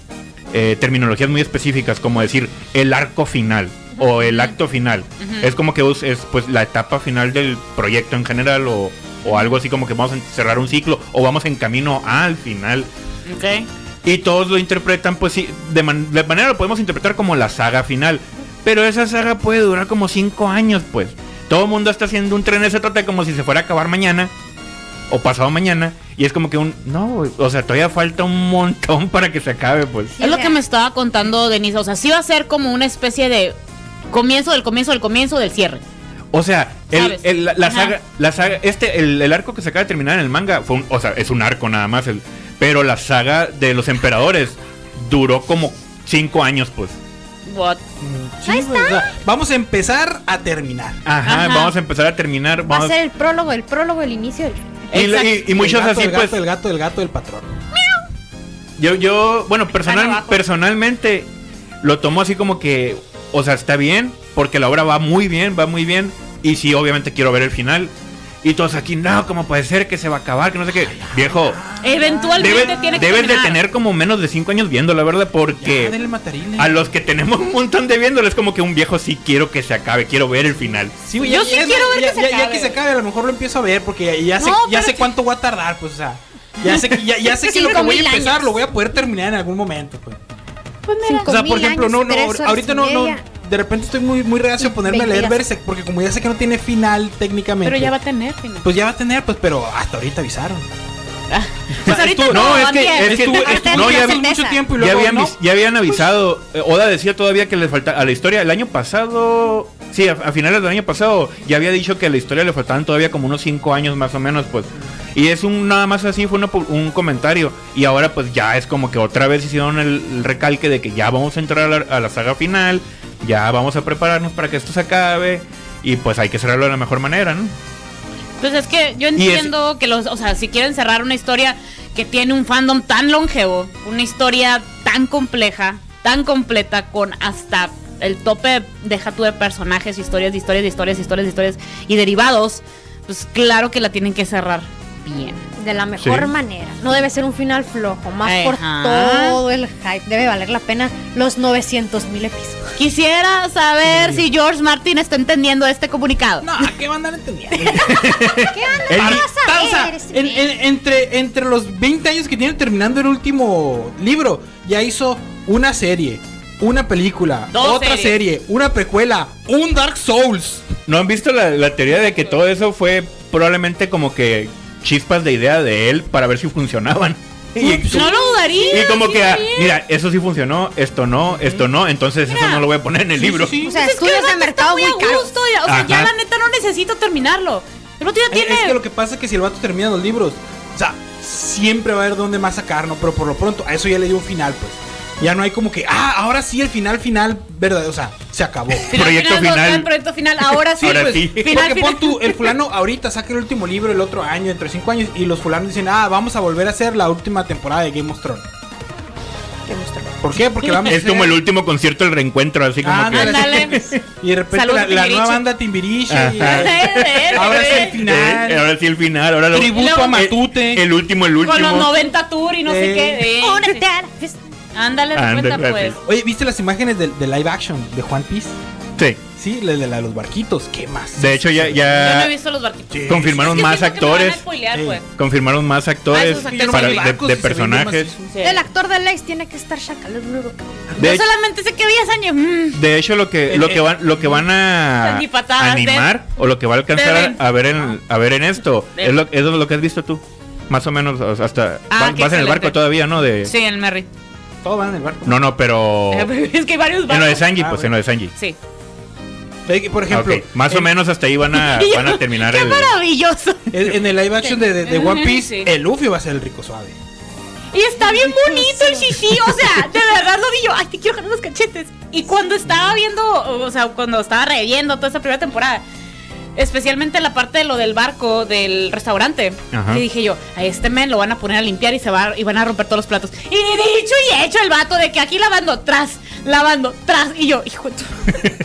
S1: eh, terminologías muy específicas como decir el arco final o el acto final. Es como que us- es pues la etapa final del proyecto en general o, o algo así como que vamos a cerrar un ciclo o vamos en camino al final.
S2: Ok.
S1: Y todos lo interpretan, pues sí, de, man- de manera lo podemos interpretar como la saga final. Pero esa saga puede durar como 5 años, pues. Todo el mundo está haciendo un tren ese trote como si se fuera a acabar mañana o pasado mañana. Y es como que un. No, güey, o sea, todavía falta un montón para que se acabe, pues.
S3: Sí,
S2: Es lo
S3: real.
S2: que me estaba contando Denise. O sea, sí va a ser como una especie de comienzo del comienzo del comienzo del cierre.
S1: O sea, El,
S2: ¿Sabes?
S1: el- la- la,
S2: Ajá.
S1: saga, la saga, este, el, el arco que se acaba de terminar en el manga, fue un- o sea, es un arco nada más, el, pero la saga de los emperadores duró como cinco años, pues.
S2: What?
S4: Mm, sí, güey, o sea, vamos a empezar a terminar.
S1: Ajá,
S2: Ajá.
S1: vamos a empezar a terminar.
S3: Va a
S1: Vamos,
S3: ser el prólogo, el prólogo, el inicio. el-
S2: Pues
S1: y, la- y- y muchos
S4: el gato,
S1: así,
S4: el gato,
S1: pues.
S4: El gato, el gato, el patrón.
S1: Yo, yo, bueno,
S4: Ah,
S1: personal,
S2: abajo.
S1: personalmente lo tomo así como que, o sea, está bien, porque la obra va muy bien, va muy bien, y sí, obviamente quiero ver el final. Y todos aquí, no, ¿cómo puede ser que se va a acabar? Que no sé qué. Viejo,
S2: Eventualmente
S1: debes,
S2: tiene que
S1: debes de
S2: terminar.
S1: tener como menos de cinco años viendo, la verdad,
S4: Ya,
S1: porque
S4: denle eh. matarile.
S1: a los que tenemos un montón de viéndolo es como que un viejo sí quiero que se acabe, quiero ver el final.
S4: Sí, güey,
S2: Yo
S4: ya-
S2: sí
S4: ya-
S2: quiero ver
S4: ya-
S2: que se
S4: ya- ya
S2: acabe.
S4: que se acabe, a lo mejor lo empiezo a ver porque ya, ya sé,
S2: No,
S4: ya
S2: pero
S4: sé
S2: sí.
S4: cuánto voy a tardar, pues, o sea. Ya sé que, ya, ya sé que lo que
S3: Cinco
S4: voy a
S3: mil
S4: empezar
S3: años.
S4: lo voy a poder terminar en algún momento, pues.
S3: Cinco
S4: O sea,
S3: mil
S4: por ejemplo,
S3: años,
S4: no, no,
S3: tres
S4: ahor-
S3: horas
S4: ahorita
S3: y
S4: no, no.
S3: media.
S4: De repente estoy muy, muy reacio a ponerme a
S3: Veinte
S4: leer
S3: días.
S4: Berserk, porque como ya sé que no tiene final técnicamente.
S2: Pero ya va a tener final.
S4: Pues ya va a tener, pues, pero hasta ahorita avisaron.
S2: Pues ahorita
S1: estuvo- no,
S2: no,
S1: es
S2: van
S1: que-
S2: diez.
S1: es que-
S4: Estuvo-
S1: Ahorita
S4: estuvo-
S1: no
S4: no,
S1: tiene
S4: ya vi
S3: certeza.
S4: mucho tiempo y
S1: Ya
S4: luego
S1: habían,
S4: no. Pues
S1: vis- ya habían avisado. eh, Oda decía todavía que le falta a la historia el año pasado. Sí, a, a finales del año pasado ya había dicho que a la historia le faltaban todavía como unos 5 años más o menos, pues. Y es un nada más así, fue una pu- un comentario. Y ahora pues ya es como que otra vez hicieron el, el recalque de que ya vamos a entrar a la, a la saga final, ya vamos a prepararnos para que esto se acabe. Y pues hay que cerrarlo de la mejor manera, ¿no?
S2: Pues es que yo entiendo que los, o sea, si quieren cerrar una historia que tiene un fandom tan longevo, una historia tan compleja, tan completa, con hasta el tope, deja tú de personajes, historias, de historias, de historias, de historias, de historias y derivados, pues claro que la tienen que cerrar bien.
S3: De la mejor
S1: Sí.
S3: manera. No debe ser un final flojo. Más por
S2: Ajá.
S3: todo el hype. Debe valer la pena los 900 mil episodios.
S2: Quisiera saber si George Martin está entendiendo este comunicado.
S4: No, ¿qué van a andar entendiendo?
S3: ¿Qué onda?
S1: El-
S3: ¿Qué
S4: Está,
S3: vas
S4: o
S3: a
S4: sea,
S3: ver?
S4: en- en- entre, entre los 20 años que tiene terminando el último libro, ya hizo una serie, una película,
S2: Dos
S4: otra
S2: series.
S4: serie, una precuela, un Dark Souls.
S1: ¿No han visto la, la teoría de que todo eso fue probablemente como que chispas de idea de él para ver si funcionaban? Y,
S2: No lo dudaría.
S1: y como
S2: sí,
S1: que, ah,
S2: sí.
S1: mira, eso sí funcionó, esto no, esto no, entonces eso no lo voy a poner en el
S4: Sí,
S1: libro.
S4: sí, sí.
S3: O sea,
S2: Pues es que el
S3: estudios de
S2: vato está
S3: mercado muy
S2: a
S3: caros.
S2: gusto, ya- o sea, ya
S1: Ajá.
S2: la neta no necesito terminarlo. El otro ya
S4: Es,
S2: tiene.
S4: es que lo que pasa es que si el vato termina los libros, o sea, siempre va a haber dónde más sacar, ¿no? Pero por lo pronto, a eso ya le dio un final, pues. Ya no hay como que, ah, ahora sí el final, final, verdad, o sea, se acabó.
S2: Final,
S1: Proyecto
S2: final,
S1: final.
S2: final, proyecto final. Ahora sí.
S1: Ahora
S4: pues,
S1: sí.
S4: Porque
S2: Final, final.
S4: pon tú, el fulano ahorita saca el último libro el otro año, entre cinco años, y los fulanos dicen, ah, vamos a volver a hacer la última temporada de Game of Thrones. ¿Por qué? Porque vamos a
S1: Es como
S4: hacer-
S1: el último concierto, el reencuentro, así como
S4: Ah,
S1: que...
S4: ándale.
S2: Ándale.
S4: Y de repente
S2: Saludos,
S4: la, la
S2: Timbiriche.
S4: nueva banda Timbiriche. y-
S1: Ajá.
S4: Ahora es el
S2: Con
S1: Eh,
S4: final.
S1: ahora sí el final, ahora lo-
S4: Tributo
S2: luego-
S4: a Matute.
S1: El último, el último.
S2: los 90 tour y no sé
S4: Eh.
S2: qué. eh.
S3: Únete a la fiesta.
S2: Ándale, de
S1: Ándale,
S2: cuenta pues.
S1: pues.
S4: Oye, ¿viste las imágenes del de live action de Juan Piece?
S1: Sí,
S4: Sí, la de la de los barquitos. ¿Qué más?
S1: de hecho ya,
S2: Yo no
S1: ya
S2: he visto los barquitos.
S4: Sí.
S1: confirmaron
S2: Es que
S1: Ah, más
S2: siento que me van a
S1: actores,
S2: spoilear,
S4: Sí.
S2: pues.
S1: confirmaron más
S4: Ah,
S1: actores
S2: esos
S4: Yo no
S2: actores
S1: para-
S4: vi
S1: de-
S4: barcos
S1: de
S4: y se ven bien
S1: personajes.
S4: macizos.
S2: Sí.
S3: El actor de Lex tiene que estar chacal. Es lo único que-
S1: De
S2: Yo
S1: hecho-
S2: solamente sé que vi hace años. mm,
S1: De hecho, lo que, lo que van, lo que van a
S2: Ni patadas,
S1: animar o lo que va a alcanzar
S2: Deben.
S1: a, a ver en, a ver en esto
S2: Deben.
S1: es lo, es lo que has visto tú. Más o menos o sea, hasta vas,
S2: Ah, qué
S1: vas en el
S2: excelente.
S1: barco todavía, ¿no? De
S2: Sí, en el Merry.
S4: Todo van en el barco.
S1: no, no, pero en
S2: Es que hay varios
S1: lo de
S2: barcos.
S1: Sanji,
S4: Ah,
S1: pues
S4: bueno.
S1: en lo de Sanji.
S2: Sí.
S4: Eh, que, Por ejemplo,
S1: Ok, Más o
S4: en-
S1: menos hasta ahí van a, van a terminar
S2: Qué
S1: el.
S2: maravilloso.
S4: En, en el live action de, de- de One
S2: Ujú,
S4: Piece,
S2: sí.
S4: el Luffy va a ser el rico suave.
S2: Y está bien bonito el shishi, o sea, de verdad lo vi yo, ay, te quiero jalar los cachetes. Y cuando estaba viendo, o sea, cuando estaba reviendo toda esa primera temporada, especialmente la parte de lo del barco, del restaurante,
S1: Ajá.
S2: y dije yo, a este men lo van a poner a limpiar y se va y van a romper todos los platos. Y dicho y hecho el vato de que aquí lavando tras, lavando tras, y yo, hijo de tu-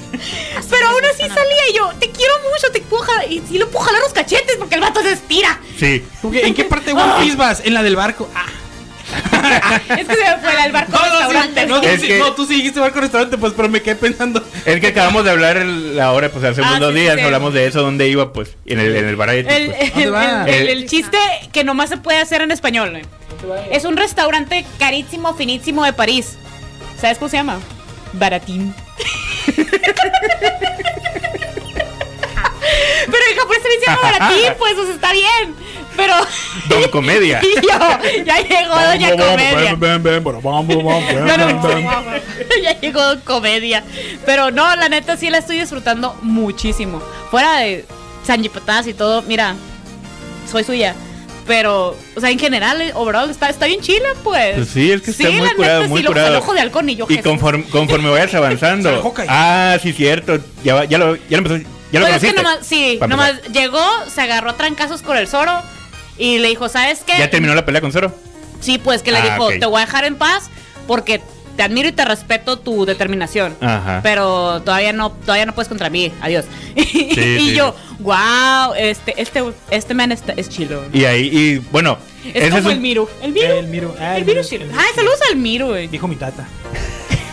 S2: Pero aún así salía y yo, te quiero mucho, te puedo jalar, y, y lo puedo jalar los cachetes porque el vato se estira.
S1: Sí.
S4: ¿Tú qué- ¿En qué parte de One Piece vas? En la del barco. Ah.
S2: Es que se me fue el barco
S4: No,
S2: al
S4: no, sí,
S2: restaurante.
S4: no, tú
S1: Es
S4: sí-
S1: que-
S4: no, tú sí dijiste barco restaurante, pues, pero me quedé pensando.
S1: Es que acabamos de hablar el- la hora, pues hace
S2: Ah,
S1: unos dos
S2: sí, sí,
S1: días
S2: sí.
S1: hablamos de eso, dónde iba, pues, en el, en el variety,
S2: El,
S1: pues.
S4: ¿Dónde
S2: el-
S4: va?
S2: el- el-
S1: El-
S2: el chiste que nomás se puede hacer en español. ¿eh? Es un restaurante carísimo, finísimo de París. ¿Sabes cómo se llama? Baratín. Pero en japonés también se llama baratín, pues, o sea, está bien. Pero.
S1: Don Comedia.
S2: Y yo, ya llegó Doña Comedia. No, no, ya llegó comedia. Pero no, la neta sí la estoy disfrutando muchísimo. Fuera de sanjipatadas y todo, mira, soy suya. Pero, o sea, en general, eh, overall, está, está bien chila, pues.
S1: Pues sí, es que está
S2: Sí,
S1: muy
S2: la
S1: curado,
S2: neta,
S1: muy
S2: sí, lo-
S1: curado.
S2: el ojo de halcón y yo,
S1: Y
S2: Jesús.
S1: conforme, conforme vayas
S4: Sale
S1: avanzando.
S4: Hawkeye.
S1: ah, sí, cierto. Ya, va- ya lo, ya lo empezó- Ya lo
S2: Pero es que
S1: conociste.
S2: nomás, sí,
S1: Para
S2: nomás
S1: empezar.
S2: llegó, se agarró a trancazos con el Zoro y le dijo, ¿sabes qué?
S1: ¿Ya terminó la pelea con Zoro?
S2: Sí, pues que le
S1: Ah,
S2: dijo,
S1: ok.
S2: te voy a dejar en paz porque te admiro y te respeto tu determinación.
S1: Ajá.
S2: Pero todavía no, todavía no puedes contra mí. Adiós. y
S1: sí.
S2: yo, wow, este, este, este man está- es chilo.
S1: Y ahí, y bueno.
S2: Es
S1: ese
S2: como
S1: es
S2: el
S1: un-
S2: Miru. El Miru.
S4: El Miru, ah,
S2: el
S4: el
S2: Miru
S4: Miru,
S2: es chilo.
S4: el Miru.
S2: Ay, saludos al Miru, güey.
S4: Dijo mi tata.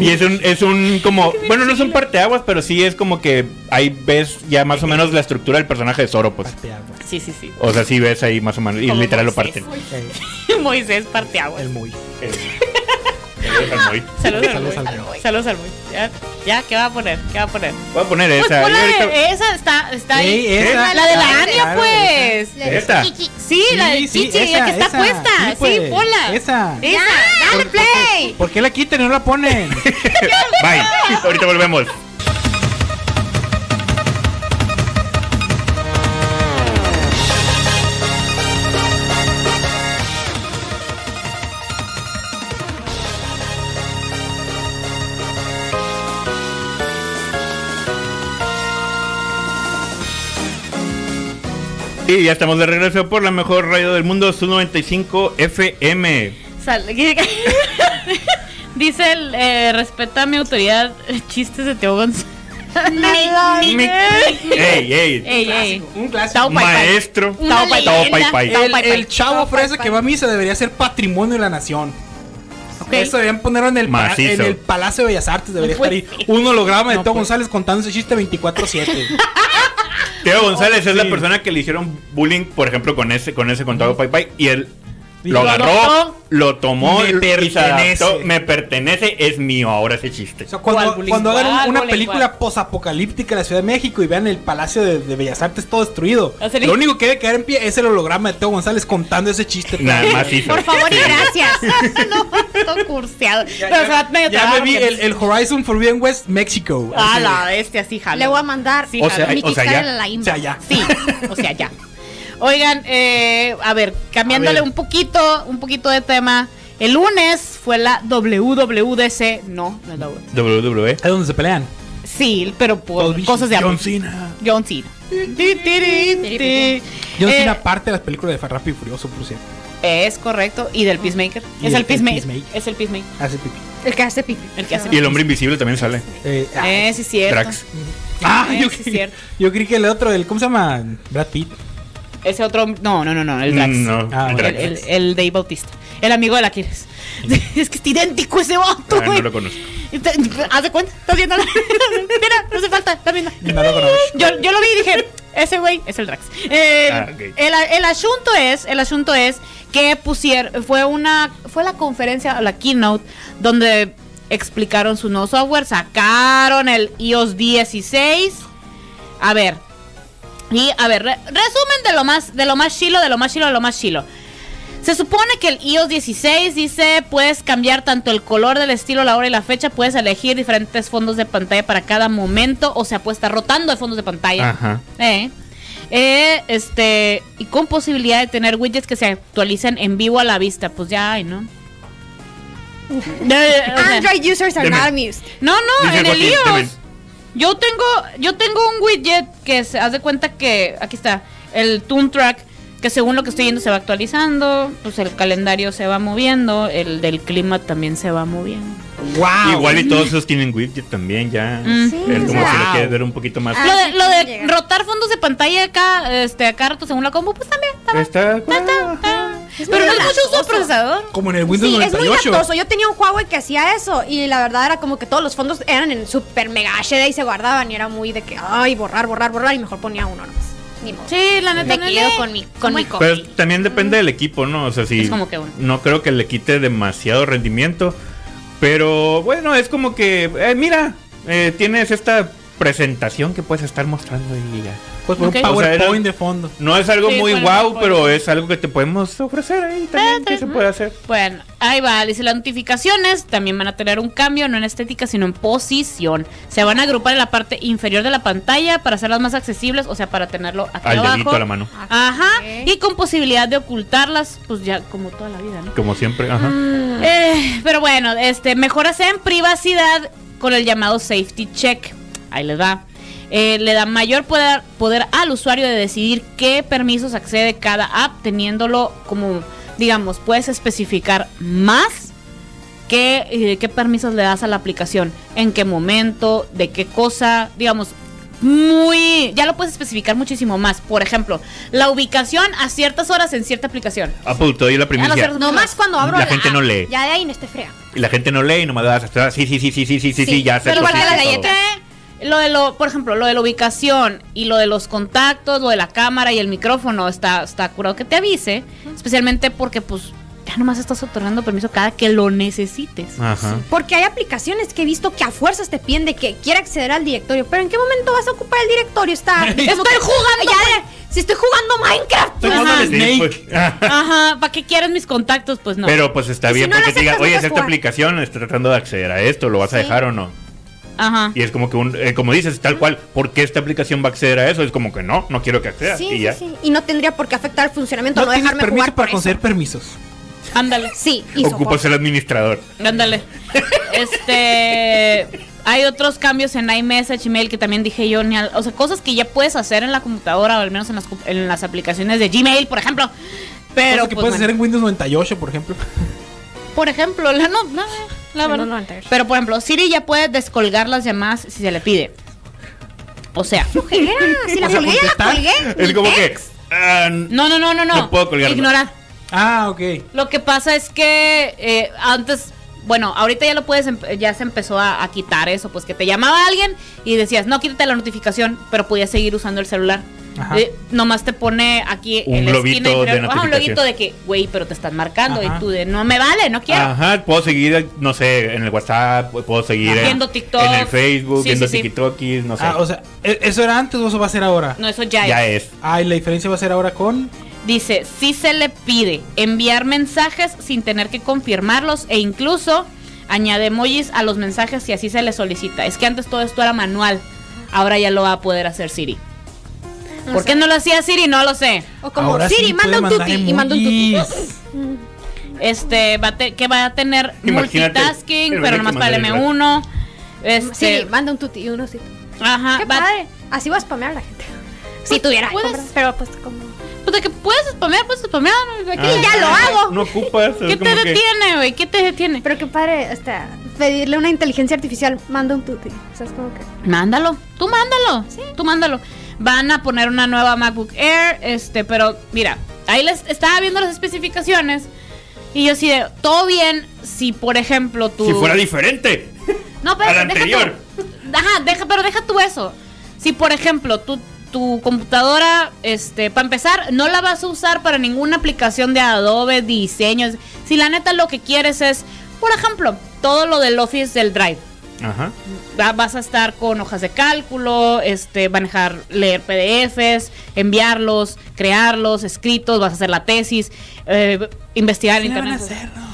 S1: Y es un, es un como, bueno, no son parteaguas, pero sí es como que ahí ves ya más o menos la estructura del personaje de Zoro, pues.
S4: Parte agua.
S2: Sí, sí, sí.
S1: O sea, sí ves ahí más o menos, y
S2: Como
S1: literal lo
S2: Moisés.
S1: parten.
S4: El,
S2: Moisés parte agua.
S4: Eh, el muy.
S2: Saludos al
S4: Saludos
S2: Moy.
S4: al Moy.
S2: Saludos al Moy. Ya, ya, ¿qué va a poner? ¿Qué va a poner?
S1: Voy a poner
S2: Pues
S1: esa.
S2: ponla
S1: y ahorita-
S2: de- esa está, está ahí.
S4: Ey, esa,
S2: la de la
S4: claro,
S2: Ania,
S4: claro,
S2: pues.
S1: ¿Esta?
S2: Sí, la de
S4: Sí, sí,
S2: Chichi, la
S4: esa,
S2: que está
S4: esa.
S2: puesta.
S4: Sí,
S2: Sí,
S4: pues,
S2: ponla. Eh.
S4: esa.
S2: Esa.
S3: ¡Dale play!
S4: ¿Por qué la quiten y no la ponen?
S1: Bye. Ahorita volvemos. Y ya estamos de regreso por la mejor radio del mundo, su 95 FM.
S2: Sal- Dice el eh, respeta mi autoridad. Chistes de Teo González.
S1: ¡Ey, ey!
S2: Ey, ey.
S4: Un clásico.
S2: eh. Tau, pai, pai.
S1: Maestro.
S2: Una
S3: Tau, pai,
S2: leyenda.
S1: pai, pai.
S2: Tau,
S4: El,
S2: pai, pai.
S4: el chavo
S3: Tau, pai,
S4: fresa
S3: pai.
S4: que va a misa debería ser patrimonio de la nación.
S2: Ok.
S4: Eso deberían ponerlo en el, pa-
S1: Macizo.
S4: en el Palacio de Bellas Artes. Debería
S2: No
S4: estar
S2: puede
S4: ahí. Un holograma de
S2: No pues.
S4: Teo
S2: puede.
S4: González contando ese chiste 24-7.
S1: Teo González es la
S4: Sí.
S1: persona que le hicieron bullying, por ejemplo, con ese, con ese contado Pai Pai, y él
S4: Y
S1: lo
S4: lo
S1: agarró,
S2: adoptó.
S1: lo tomó
S4: Me
S1: y se
S4: pertenece.
S1: adaptó. Me pertenece, es mío ahora ese chiste.
S4: O sea,
S2: ¿Cuál
S4: cuando,
S2: bullying?
S4: cuando hagan un-
S2: ¿Cuál
S4: una
S2: bullying?
S4: película posapocalíptica en la Ciudad de México y vean el Palacio de, de Bellas Artes todo destruido,
S2: Hacer-
S4: lo único que debe quedar en pie es el holograma de Teo González contando ese chiste.
S1: Nada más hizo.
S3: Por favor y
S1: Sí.
S3: gracias.
S2: no,
S3: pues,
S2: todo curseado.
S4: Ya,
S2: Pero
S4: ya-
S2: se va medio
S4: ya
S2: trabajar
S4: me vi
S2: porque-
S4: el, el Horizon Forbidden West, México.
S2: Ah,
S4: Así.
S2: la bestia, sí, jalo.
S3: Le voy a mandar
S2: Sí, O sea,
S3: mi
S1: o sea,
S3: Kickstarter
S1: ya.
S3: a la
S4: O
S3: inbox.
S4: sea, ya.
S2: Sí, o sea, ya. Oigan, eh, a ver, cambiándole
S4: A ver.
S2: un poquito, un poquito de tema. El lunes fue la WWDC. No, no es la W.
S1: WWE.
S4: Es donde se pelean.
S2: Sí, pero por
S4: Todos
S2: cosas de
S4: John
S2: amor.
S4: Cena.
S2: John Cena. Ti, tiri, ti.
S4: John
S2: Eh,
S4: Cena parte de las películas de Fa- Rápido y Furioso, por cierto.
S2: Es correcto. Y del Peacemaker. es
S4: Y el-
S2: el,
S4: el
S2: peacemaker.
S4: Peacemaker.
S2: Es el Peacemaker.
S4: Hace pipí.
S3: El que hace pipi.
S2: El que hace
S1: Y el hombre invisible también sale.
S4: Eh, ah.
S2: Eh, sí, es cierto.
S1: Drax.
S4: Ah,
S2: Eh,
S4: yo,
S2: sí,
S4: creí-
S2: cierto.
S4: yo creí que el otro, el, ¿cómo se llama? Brad Pitt.
S2: Ese otro. No, no, no, no. El Drax.
S1: No,
S4: Ah,
S1: el
S4: bueno.
S1: Drax.
S2: El, el, el Dave Bautista. El amigo del Aquiles. es que está idéntico ese vato,
S1: Ah, no
S2: güey.
S1: lo conozco.
S2: Te- Haz de cuenta, estás viendo. Mira, no hace falta, estás viendo.
S4: No lo conozco.
S2: Yo, yo lo vi y dije, ese güey es el Drax. Eh,
S1: Ah, ok.
S2: el, el asunto es, el asunto es que pusieron, fue una, fue la conferencia, o la keynote, donde explicaron su nuevo software, sacaron el iOS 16. A ver, y a ver, re- resumen de lo más, de lo más chilo, de lo más chilo, de lo más chilo. Se supone que el iOS 16 dice, puedes cambiar tanto el color del estilo, la hora y la fecha, puedes elegir diferentes fondos de pantalla para cada momento, o sea, puedes estar rotando de fondos de pantalla.
S1: Ajá.
S2: Eh. Eh, este, y con posibilidad de tener widgets que se actualicen en vivo a la vista, pues ya hay, ¿no? No, eh, o sea,
S3: Android users are
S1: Deme.
S3: not amused.
S2: no, no,
S1: Dice
S2: en el
S1: Joaquín, deben.
S2: iOS. Yo tengo, yo tengo un widget que se haz de cuenta que aquí está el Toon Track que según lo que estoy yendo se va actualizando, pues el calendario se va moviendo, el del clima también se va moviendo.
S4: ¡Wow!
S1: Igual y todos esos tienen widget también ya.
S2: Ah, Mm.
S3: Sí,
S1: Es como
S3: o sea,
S1: si lo
S4: Wow.
S1: quieres ver un poquito más.
S3: Ah,
S2: lo
S3: sí,
S2: de, lo de
S3: sí llega.
S2: rotar fondos de pantalla acá, este, acá rato según la combo, pues también. también.
S1: Está.
S3: Es
S2: Pero no
S3: muy
S2: es mucho uso de
S3: latoso.
S2: procesador.
S4: Como en el Windows
S3: Sí, es muy
S4: 98.
S3: latoso. Yo tenía un Huawei que hacía eso y la verdad era como que todos los fondos eran en super mega HD y se guardaban y era muy de que, ay, borrar, borrar, borrar y mejor ponía uno nomás. Ni modo.
S2: Sí, la neta
S3: Me
S2: no
S3: quedo
S2: le-
S3: con mi, con mi copy.
S1: Pero también depende del equipo, ¿no? O sea, si
S2: Es como que uno.
S1: no creo que le quite demasiado rendimiento, pero bueno, es como que eh, mira, eh, tienes esta presentación que puedes estar mostrando y ya.
S4: Puedes poner
S2: Ok.
S4: Pues un
S1: O sea, era-
S4: PowerPoint de fondo.
S1: No es algo
S2: Sí, Eh,
S1: muy
S2: bueno,
S1: guau,
S2: bueno.
S1: pero es algo que te podemos ofrecer ahí también, que se puede hacer.
S2: Bueno, ahí va, dice las notificaciones también van a tener un cambio, no en estética, sino en posición. Se van a agrupar en la parte inferior de la pantalla para hacerlas más accesibles, o sea, para tenerlo aquí
S1: Al
S2: abajo.
S1: dedito a la mano,
S2: Ajá,
S3: Ok.
S2: y con posibilidad de ocultarlas, pues ya como toda la vida, ¿no?
S1: como siempre. Ajá.
S2: Eh, pero bueno, este, mejoras en privacidad con el llamado safety check. Ahí les va. Eh, le da mayor poder, poder al usuario de decidir qué permisos accede cada app, teniéndolo como, digamos, puedes especificar más qué, eh, qué permisos le das a la aplicación, en qué momento, de qué cosa, digamos, muy, ya lo puedes especificar muchísimo más. Por ejemplo, la ubicación a ciertas horas en cierta aplicación.
S1: Apple, te
S2: Ah,
S1: doy la primicia.
S2: cierto.
S3: Nomás cuando abro
S1: La gente
S3: app,
S1: no lee.
S3: Ya de ahí no esté fría.
S1: Y la gente no lee y nomás das hasta- sí, sí, sí, sí, sí, sí, sí, sí, ya se
S2: Pero
S1: lo
S2: para
S1: hice
S2: la
S1: todo.
S2: galleta, lo de lo, por ejemplo, lo de la ubicación y lo de los contactos, lo de la cámara y el micrófono, está, está curado que te avise, especialmente porque pues ya nomás estás otorgando permiso cada que lo necesites.
S1: Ajá.
S3: Porque hay aplicaciones que he visto que a fuerzas te piden de que quiera acceder al directorio. Pero ¿en qué momento vas a ocupar el directorio? Está. estoy jugando. Ya de- si estoy jugando Minecraft.
S4: Estoy jugando
S2: Ajá.
S4: al Snake.
S1: Sí, pues, ajá.
S2: Ajá, ¿para qué quieres mis contactos? Pues no.
S1: Pero pues está
S3: Y si
S1: bien
S3: no lo
S1: porque te diga,
S3: aceptas, no
S1: oye, es
S3: puedes
S1: esta
S3: jugar".
S1: aplicación, está tratando de acceder a esto, ¿lo vas a
S3: Sí.
S1: dejar o no?
S2: Ajá.
S1: Y es como que, un, eh, como dices, tal cual, ¿por qué esta aplicación va a acceder a eso? Es como que no, no quiero que acceda.
S3: Sí,
S1: y
S3: sí,
S1: ya.
S3: sí. Y no tendría por qué afectar el funcionamiento.
S4: No
S3: No,
S4: tienes
S3: dejarme
S4: permiso
S3: jugar
S4: para
S3: por eso.
S4: conceder permisos.
S2: Ándale.
S3: Sí, y
S1: Ocupo
S3: soporte.
S1: ser administrador.
S2: Ándale. este. Hay otros cambios en iMessage, Gmail, que también dije yo. ni al- o sea, cosas que ya puedes hacer en la computadora o al menos en las, cu- en las aplicaciones de Gmail, por ejemplo. Pero.
S4: Cosa
S2: pues,
S4: que puedes
S2: bueno.
S4: hacer en Windows 98, por ejemplo.
S2: Por ejemplo, la no, la, la
S3: No,
S2: verdad.
S3: no, no, anterior.
S2: Pero por ejemplo, Siri ya puede descolgar las llamadas si se le pide. O sea,
S3: Era, si la
S4: O sea,
S3: colgué, ya la
S4: contestar.
S3: colgué.
S1: Es
S3: Ni
S1: como que.
S3: text.
S1: ah,
S2: no, no, no, no, no.
S1: No puedo colgarlo.
S2: Ignorar.
S4: Ah, ok.
S2: Lo que pasa es que eh, antes, bueno, ahorita ya lo puedes, em- ya se empezó a, a quitar eso, pues que te llamaba alguien y decías, no, quítate la notificación, pero podías seguir usando el celular.
S4: Ajá.
S2: Eh, nomás te pone aquí
S1: Un
S2: en la
S1: globito
S2: esquina
S1: de
S2: inferior, ajá, un
S1: notificación.
S2: globito de que, güey, pero te están marcando
S4: Ajá.
S2: y tú de, no me vale, no quiero.
S1: Ajá, puedo seguir, no sé, en el WhatsApp, puedo seguir
S2: Ajá.
S1: en,
S2: Viendo TikTok.
S1: en el Facebook,
S2: Sí,
S1: viendo
S2: sí, sí.
S1: TikTokis, no sé.
S4: Ah, o sea, ¿e- ¿eso era antes o eso va a ser ahora?
S2: No, eso ya,
S1: ya
S2: es.
S1: es.
S4: Ah, y la diferencia va a ser ahora con.
S2: Dice, si se le pide enviar mensajes sin tener que confirmarlos e incluso añade emojis a los mensajes si así se le solicita. Es que antes todo esto era manual, ahora ya lo va a poder hacer Siri. ¿Por qué no lo hacía Siri? No lo sé.
S3: O como
S4: ahora
S3: Siri,
S4: sí
S3: manda
S4: puede
S3: un
S4: mandar
S3: tuti. Y manda un tuti.
S4: emojis.
S2: Este, va a te- que va a tener
S1: Imagínate,
S2: multitasking,
S1: imagínate
S2: pero nomás
S1: que
S2: para el
S1: mandar el
S2: M1.
S3: Siri,
S4: Eh,
S2: Este,
S3: manda un tuti y un osito.
S2: ajá,
S3: Qué
S2: Ah, va-
S3: padre. Así voy a spamear a la gente. Si tuviera.
S2: puedes.
S3: compras, Pero pues como.
S2: pues de que puedes spamear, puedes spamear. aquí
S1: Ah,
S2: Pues ya lo hago.
S1: No ocupas. es
S2: ¿Qué te
S1: como que-
S2: detiene, güey? ¿Qué te detiene?
S3: Pero qué padre, hasta pedirle a una inteligencia artificial, manda un tuti. O sea, es como que.
S2: Mándalo, tú mándalo, tú mándalo. Van a poner una nueva MacBook Air, este, pero mira, ahí les estaba viendo las especificaciones y yo sí de todo bien si por ejemplo tú
S1: Si fuera diferente.
S2: No, pero
S1: a la
S2: deja
S1: anterior.
S2: tú- Ajá, deja, pero deja tú eso. Si por ejemplo, tú tu computadora, este, para empezar, no la vas a usar para ninguna aplicación de Adobe, diseños. Si la neta lo que quieres es, por ejemplo, todo lo del Office del Drive
S1: Ajá.
S2: va- vas a estar con hojas de cálculo, este, manejar, leer PDFs, enviarlos, crearlos, escritos, vas a hacer la tesis, eh, investigar
S4: Sí
S2: en
S4: la van a
S2: internet.
S4: hacer, no.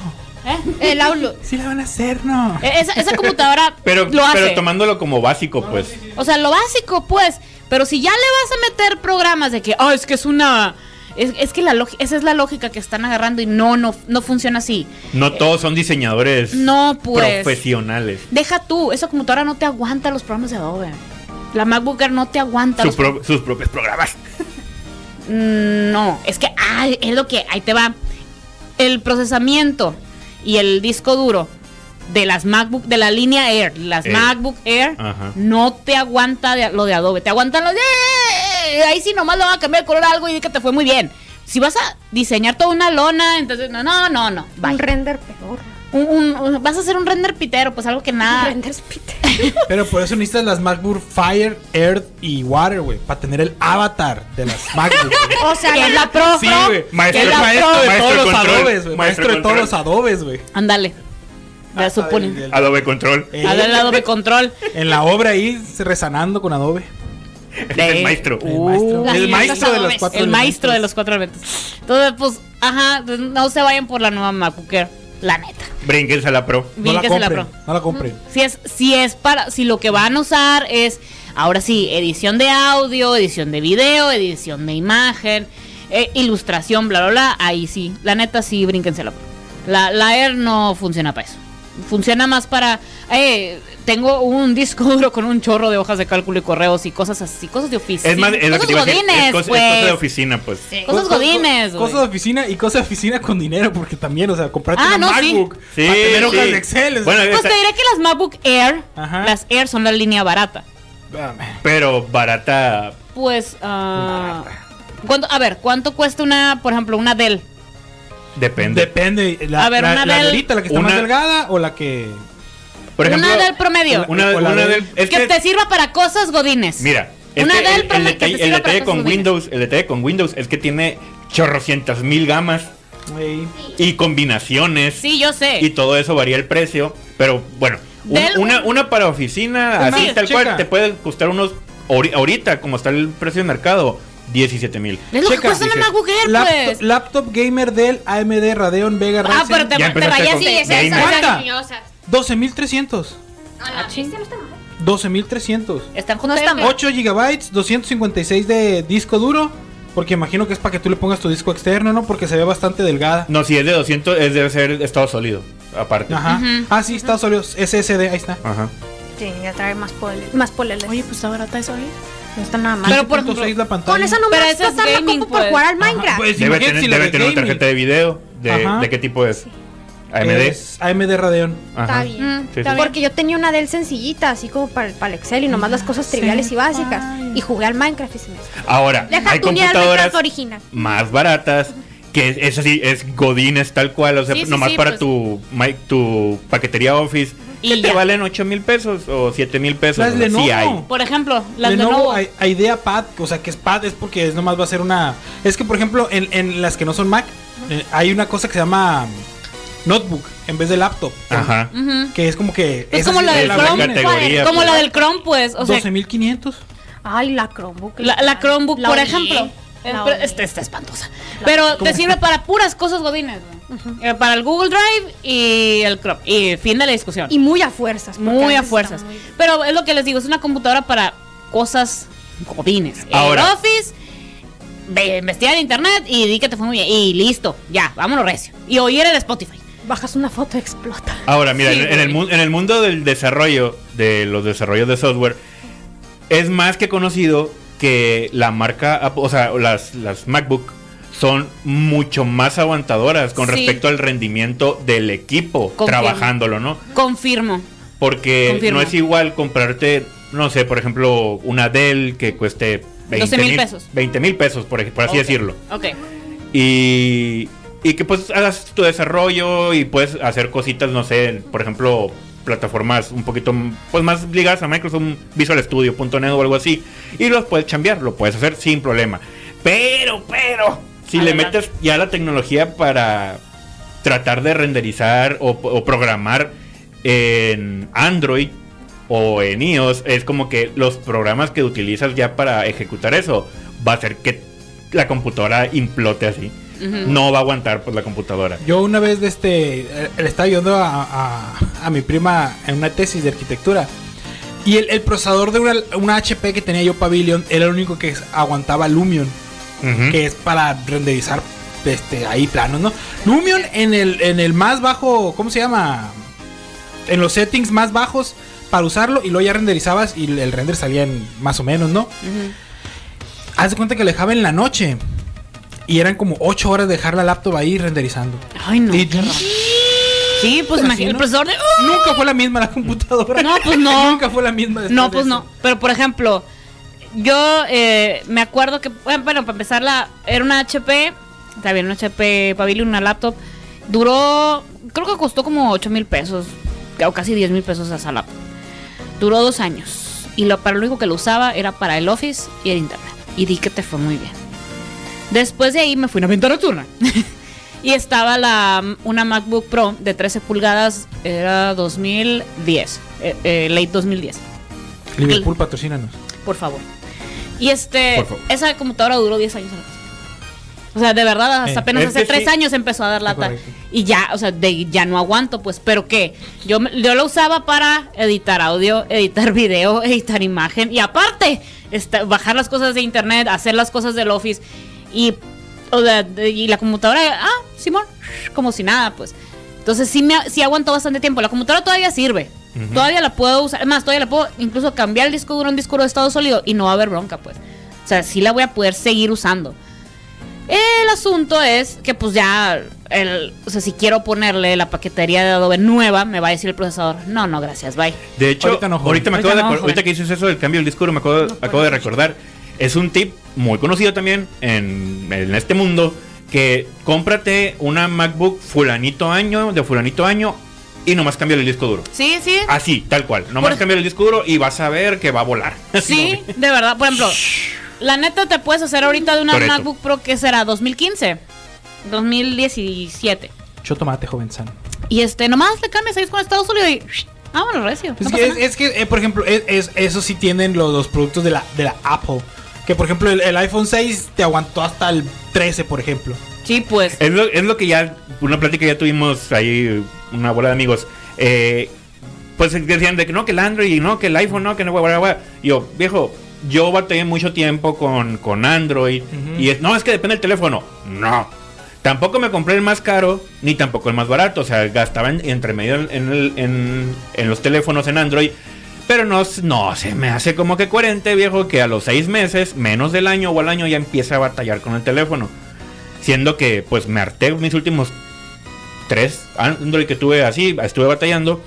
S2: ¿Eh?
S3: El Outlook.
S4: Sí la van a hacer, no.
S2: Eh, Esa, esa computadora
S1: Pero,
S2: lo hace.
S1: pero tomándolo como básico, pues.
S2: O sea, lo básico, pues. Pero si ya le vas a meter programas de que, ah, es que es una. Es, es que la lógica, esa es la lógica que están agarrando y no, no, no funciona así.
S1: No todos son diseñadores
S2: No, pues.
S1: profesionales.
S2: Deja tú, esa computadora no te aguanta los programas de Adobe. La MacBook Air no te aguanta
S1: Sus,
S2: los
S1: pro- sus propios programas.
S2: Mm, No, es que ay, es lo que ahí te va. El procesamiento y el disco duro de las MacBook de la línea Air, las
S1: Air.
S2: MacBook Air
S1: Ajá.
S2: no te aguanta de- lo de Adobe, te aguantan los de ahí sí nomás lo van a cambiar de color a algo y di que te fue muy bien. Si vas a diseñar toda una lona, entonces no, no, no, no.
S3: Un
S2: bye.
S3: render peor.
S2: Un- un- un- vas a hacer un render pitero, pues algo que
S3: Un
S2: nada.
S3: render spit.
S4: Pero por eso necesitas las MacBook Fire, Earth y Water, güey. Para tener el avatar de las MacBook. güey.
S2: O sea, que es la pro,
S4: Sí,
S2: pro.
S4: güey.
S1: Maestro-
S4: Maestro, maestro de
S1: maestro
S4: todos los
S1: control,
S4: adobes, güey.
S1: maestro
S4: Maestro de todos
S1: control.
S4: los adobes, güey.
S2: Ándale. Ya
S4: Hasta
S2: supone.
S4: del- del-
S1: Ah, Adobe Control.
S4: Eh,
S2: Al lado de control.
S4: En la obra ahí, resanando con adobe.
S1: Es
S2: eh,
S1: el maestro. Uh,
S4: maestro.
S2: La
S4: Uh, El
S2: señorita
S4: maestro de los
S2: Salomés.
S4: cuatro
S2: El
S4: elementos.
S2: maestro de los cuatro elementos. Entonces, pues, ajá, pues, no se vayan por la nueva MacBooker. La neta.
S1: Brínquense a la pro.
S4: No
S2: Bien
S4: la
S2: que se la pro.
S4: compren. No la compren.
S2: Si es, si es para, si lo que van a usar es, ahora sí, edición de audio, edición de video, edición de imagen, eh, ilustración, bla, bla, bla, ahí sí, la neta sí, brínquensela. La, la Air no funciona para eso. Funciona más para, eh, tengo un disco duro con un chorro de hojas de cálculo y correos y cosas así, cosas de oficina.
S1: Es más, es lo que
S2: cosas
S1: te iba a decir. Es
S2: godines,
S1: cosa, es
S2: pues.
S1: cosa de oficina, pues.
S2: Sí. Cosas
S4: Co- co-
S2: godines, güey.
S4: Cosas de oficina y cosas de oficina con dinero, porque también, o sea, comprarte
S2: Ah,
S4: una
S2: no, sí.
S4: MacBook
S1: Sí,
S4: para tener hojas
S1: sí.
S4: de Excel. es-
S1: Bueno,
S2: Pues
S1: esa-
S2: te diré que las MacBook Air,
S4: Ajá.
S2: las Air son la línea barata.
S4: Ah,
S1: pero barata.
S2: Pues, ah, ¿cuánto- a ver, ¿cuánto cuesta una, por ejemplo, una Dell?
S1: Depende.
S4: Depende. La,
S2: A ver,
S4: la-
S2: una
S4: la de
S2: del-
S4: ahorita, la que está más
S1: una-
S4: delgada o la que.
S1: Por ejemplo,
S2: una Dell promedio.
S1: una,
S4: o la
S1: una
S4: de-
S1: del. es
S2: que, te sirva para cosas godines.
S1: Mira, es
S2: Una
S1: que
S2: Dell
S1: el, el
S2: promedio que te
S1: detalle, el
S2: sirva para
S1: detalle con
S2: cosas godines.
S1: Windows, el detalle con Windows es que tiene chorrocientas mil gamas
S4: Ey,
S1: y combinaciones.
S2: Sí, yo sé.
S1: Y todo eso varía el precio. Pero bueno, un-
S2: Del-
S1: una, una para oficina,
S4: Es
S1: así
S4: más,
S1: tal
S4: checa.
S1: cual, te puede costar unos. ahori- Ahorita, como está el precio de mercado, 17 mil.
S2: es lo que
S4: checa,
S2: cuesta una
S1: dice,
S2: MacBook Air,
S4: laptop,
S2: pues.
S4: laptop gamer del AMD Radeon Vega
S2: Ah, pero
S4: Ryzen.
S2: te,
S1: Ya
S2: te
S1: empezaste
S2: rayaste.
S1: con-
S3: Sí,
S1: Sí,
S3: esas
S1: gamer.
S3: son
S4: ¿Cuánta?
S3: las niñosas.
S4: 12.300.
S3: No, Ah, la bestia no está mal.
S4: 12.300.
S2: Están
S3: No
S2: juntos.
S3: está mal.
S4: 8 GB, 256 de disco duro. Porque imagino que es para que tú le pongas tu disco externo, ¿no? Porque se ve bastante delgada.
S1: No, si es de 200, es debe ser estado sólido. Aparte.
S4: Ajá.
S2: Ujú.
S4: Ah, sí, está sólido. SSD, ahí está.
S1: Ajá.
S3: Sí, ya trae más poleles. Más poleles.
S2: Oye, pues está barata eso, ¿eh?
S3: no está nada mal.
S2: Pero por
S4: 15.6
S2: ejemplo,
S4: la pantalla.
S3: Con eso no me
S2: Pero
S3: vas
S2: ese es
S3: a pasar la
S2: gaming,
S3: compu por
S2: pues.
S3: jugar al
S4: Ajá,
S3: Minecraft.
S4: pues,
S1: Debe
S4: imagínate
S1: tener,
S4: si la
S1: debe
S4: de
S1: tener una
S4: gaming.
S1: tarjeta de video. ¿De,
S4: Ajá.
S1: de qué tipo es? AMD.
S4: Es AMD Radeon.
S1: Ajá.
S3: Está bien.
S2: Mm,
S1: Sí,
S2: está
S1: sí.
S2: bien.
S3: Porque yo tenía una del sencillita, así como para, el- para el Excel y nomás las cosas triviales y básicas. Y jugué al Minecraft y se me hizo.
S1: Ahora,
S3: Deja
S1: hay
S3: tu ni al Minecraft
S1: computadoras
S3: original.
S1: más baratas que es, es así, es godines tal cual, o sea,
S2: Sí, sí,
S1: nomás
S2: sí,
S1: para
S2: pues.
S1: tu, mi- tu paquetería Office.
S2: Y
S1: que
S2: ya.
S1: te valen 8 mil pesos o 7 mil pesos?
S4: Las
S1: o sea, sí
S4: Lenovo.
S1: hay.
S2: Por ejemplo, las
S4: Lenovo,
S2: Lenovo.
S4: I- Idea Pad, o sea que es pad, es porque es nomás va a ser una. Es que por ejemplo, en, en las que no son Mac, eh, hay una cosa que se llama mm, notebook en vez de laptop.
S1: Ajá.
S2: Ujú.
S4: Que es como que.
S2: Es
S4: esa
S2: como
S4: sí
S2: la
S4: es
S2: del
S1: la
S2: Chrome.
S1: categoría,
S2: Como
S1: pues.
S2: la del Chrome, pues. O sea,
S4: 12.500.
S3: Ay, la Chromebook.
S2: La, la Chromebook,
S3: La
S2: por
S3: odié.
S2: ejemplo. este,
S3: La
S2: Es-
S3: odié.
S2: Esta está espantosa. Pero te sirve para puras cosas godines. güey. Eh, Para el Google Drive y el Chrome. Y fin de la discusión.
S3: Y muy a fuerzas. porque
S2: muy
S3: antes
S2: a
S3: estaba
S2: fuerzas.
S3: muy-
S2: Pero es lo que les digo, es una computadora para cosas godines.
S1: Ahora.
S2: El Office, ve, investigar en internet y di que te fue muy bien. Y listo, ya, vámonos recio. Y oír el Spotify.
S3: Bajas una foto, explota.
S1: Ahora, mira,
S2: Sí,
S1: en, en el,
S2: güey.
S1: mu- en el mundo del desarrollo, de los desarrollos de software, es más que conocido que la marca, Apple- o sea, las, las MacBook son mucho más aguantadoras con
S2: Sí.
S1: respecto al rendimiento del equipo
S2: Confirmo.
S1: trabajándolo, ¿no?
S2: Confirmo.
S1: Porque
S2: Confirmo.
S1: no es igual comprarte, no sé, por ejemplo, una Dell que cueste
S2: 12
S1: 20
S2: mil pesos.
S1: 20 mil pesos, por, ej- por así
S2: Ok,
S1: decirlo.
S2: Ok.
S1: Y, y que pues hagas tu desarrollo y puedes hacer cositas, no sé, por ejemplo, plataformas un poquito pues más ligadas a Microsoft un Visual Studio, .NET o algo así. Y los puedes cambiar, lo puedes hacer sin problema. Pero, pero, si le
S2: Adelante.
S1: metes ya la tecnología para tratar de renderizar o, o programar en Android o en iOS, es como que los programas que utilizas ya para ejecutar eso va a hacer que la computadora implote así.
S2: Ujú.
S1: No va a aguantar pues la computadora.
S4: Yo una vez de este, eh, le estaba ayudando a, a- a mi prima en una tesis de arquitectura. Y el, el procesador de una, una HP que tenía yo Pavilion era el único que aguantaba Lumion.
S1: Ujú.
S4: que es para renderizar este ahí planos, ¿no? Lumion en el en el más bajo, ¿cómo se llama? En los settings más bajos para usarlo y luego ya renderizabas y el render salía en más o menos, ¿no? Haz de cuenta que lo dejaba en la noche y eran como 8 horas de dejar la laptop ahí renderizando.
S2: Ay, no.
S4: Y-
S2: qué raro. Sí, pues
S4: Pero
S2: imagínate.
S4: sí,
S2: El
S4: ¿no?
S2: procesador de.
S3: ¡uh!
S4: Nunca fue la misma la computadora.
S2: No, pues no.
S4: Nunca fue la misma. después
S2: No,
S4: de
S2: pues
S4: eso.
S2: no. Pero por ejemplo, yo eh, me acuerdo que, bueno, bueno, para empezar, la, era una HP, está bien, una HP Pavilion, una laptop. Duró, creo que costó como 8 mil pesos, o casi 10 mil pesos esa laptop. Duró dos años. Y lo, para lo único que lo usaba era para el Office y el Internet. Y di que te fue muy bien. Después de ahí me fui a una venta nocturna. y estaba la, una MacBook Pro de 13 pulgadas, era 2010, eh, eh, late 2010
S4: Liverpool patrocínanos.
S2: por favor. Y este,
S1: Por favor.
S2: esa computadora duró 10 años en la casa. O sea, de verdad,
S4: Eh,
S2: hasta apenas
S1: es
S2: hace
S1: que
S2: 3
S1: sí.
S2: años empezó a dar lata.
S4: correcto.
S2: Y ya, o sea, de, ya no aguanto, pues. ¿Pero qué? Yo, me- yo la usaba para editar audio, editar video, editar imagen. Y aparte, esta- bajar las cosas de internet, hacer las cosas del office. Y, o sea, de- y la computadora, ah, Simón, como si nada, pues. Entonces sí, me, sí aguantó bastante tiempo. La computadora todavía sirve.
S1: Ujú.
S2: Todavía la puedo usar. Además, todavía la puedo incluso cambiar el disco duro a un disco duro de estado sólido y no va a haber bronca, pues. O sea, sí la voy a poder seguir usando. El asunto es que pues ya, el, o sea, si quiero ponerle la paquetería de Adobe nueva, me va a decir el procesador, no, no, gracias, bye.
S1: De hecho,
S4: Ahorita
S1: ahorita,
S4: no, joven.
S1: me acabo
S2: Ahorita
S1: de
S2: no,
S1: acor-
S2: joven.
S1: ahorita que dices eso del cambio del disco duro, me acabo, acabo de recordar. Es un tip muy conocido también en, en este mundo que cómprate una MacBook fulanito año, de fulanito año, y nomás cambia el disco duro.
S2: Sí, sí.
S4: Ah,
S1: Así, tal cual. Nomás
S2: Por-
S1: cambia el disco duro y vas a ver que va a volar.
S2: Sí, de verdad. Por ejemplo, la neta te puedes hacer ahorita de una
S1: Toreto.
S2: MacBook Pro que será 2015, 2017.
S4: Chotomate, joven sano.
S2: Y este, nomás le cambias ahí con estado sólido y... Ah, bueno, recio.
S4: Es
S2: no
S4: que,
S2: pasa
S4: es,
S2: nada.
S4: es que, eh, por ejemplo, es- es- eso sí tienen los, los productos de la, de la Apple. Que, por ejemplo, el, el iPhone 6 te aguantó hasta el 13, por ejemplo.
S2: Sí, pues.
S1: Es lo, es lo que ya, una plática ya tuvimos ahí, una bola de amigos. Eh, pues decían de que no, que el Android, no, que el iPhone, no, que no, guau, guau, guau. Y Yo, viejo, yo batallé mucho tiempo con, con Android.
S4: Ujú.
S1: Y es, no, es que depende del teléfono. No. Tampoco me compré el más caro, ni tampoco el más barato. O sea, gastaba en- entre medio en, en el- en- en los teléfonos en Android. Pero no, no, se me hace como que coherente, viejo, que a los seis meses, menos del año o al año, ya empieza a batallar con el teléfono. Siendo que pues me harté mis últimos tres Android que tuve así, estuve batallando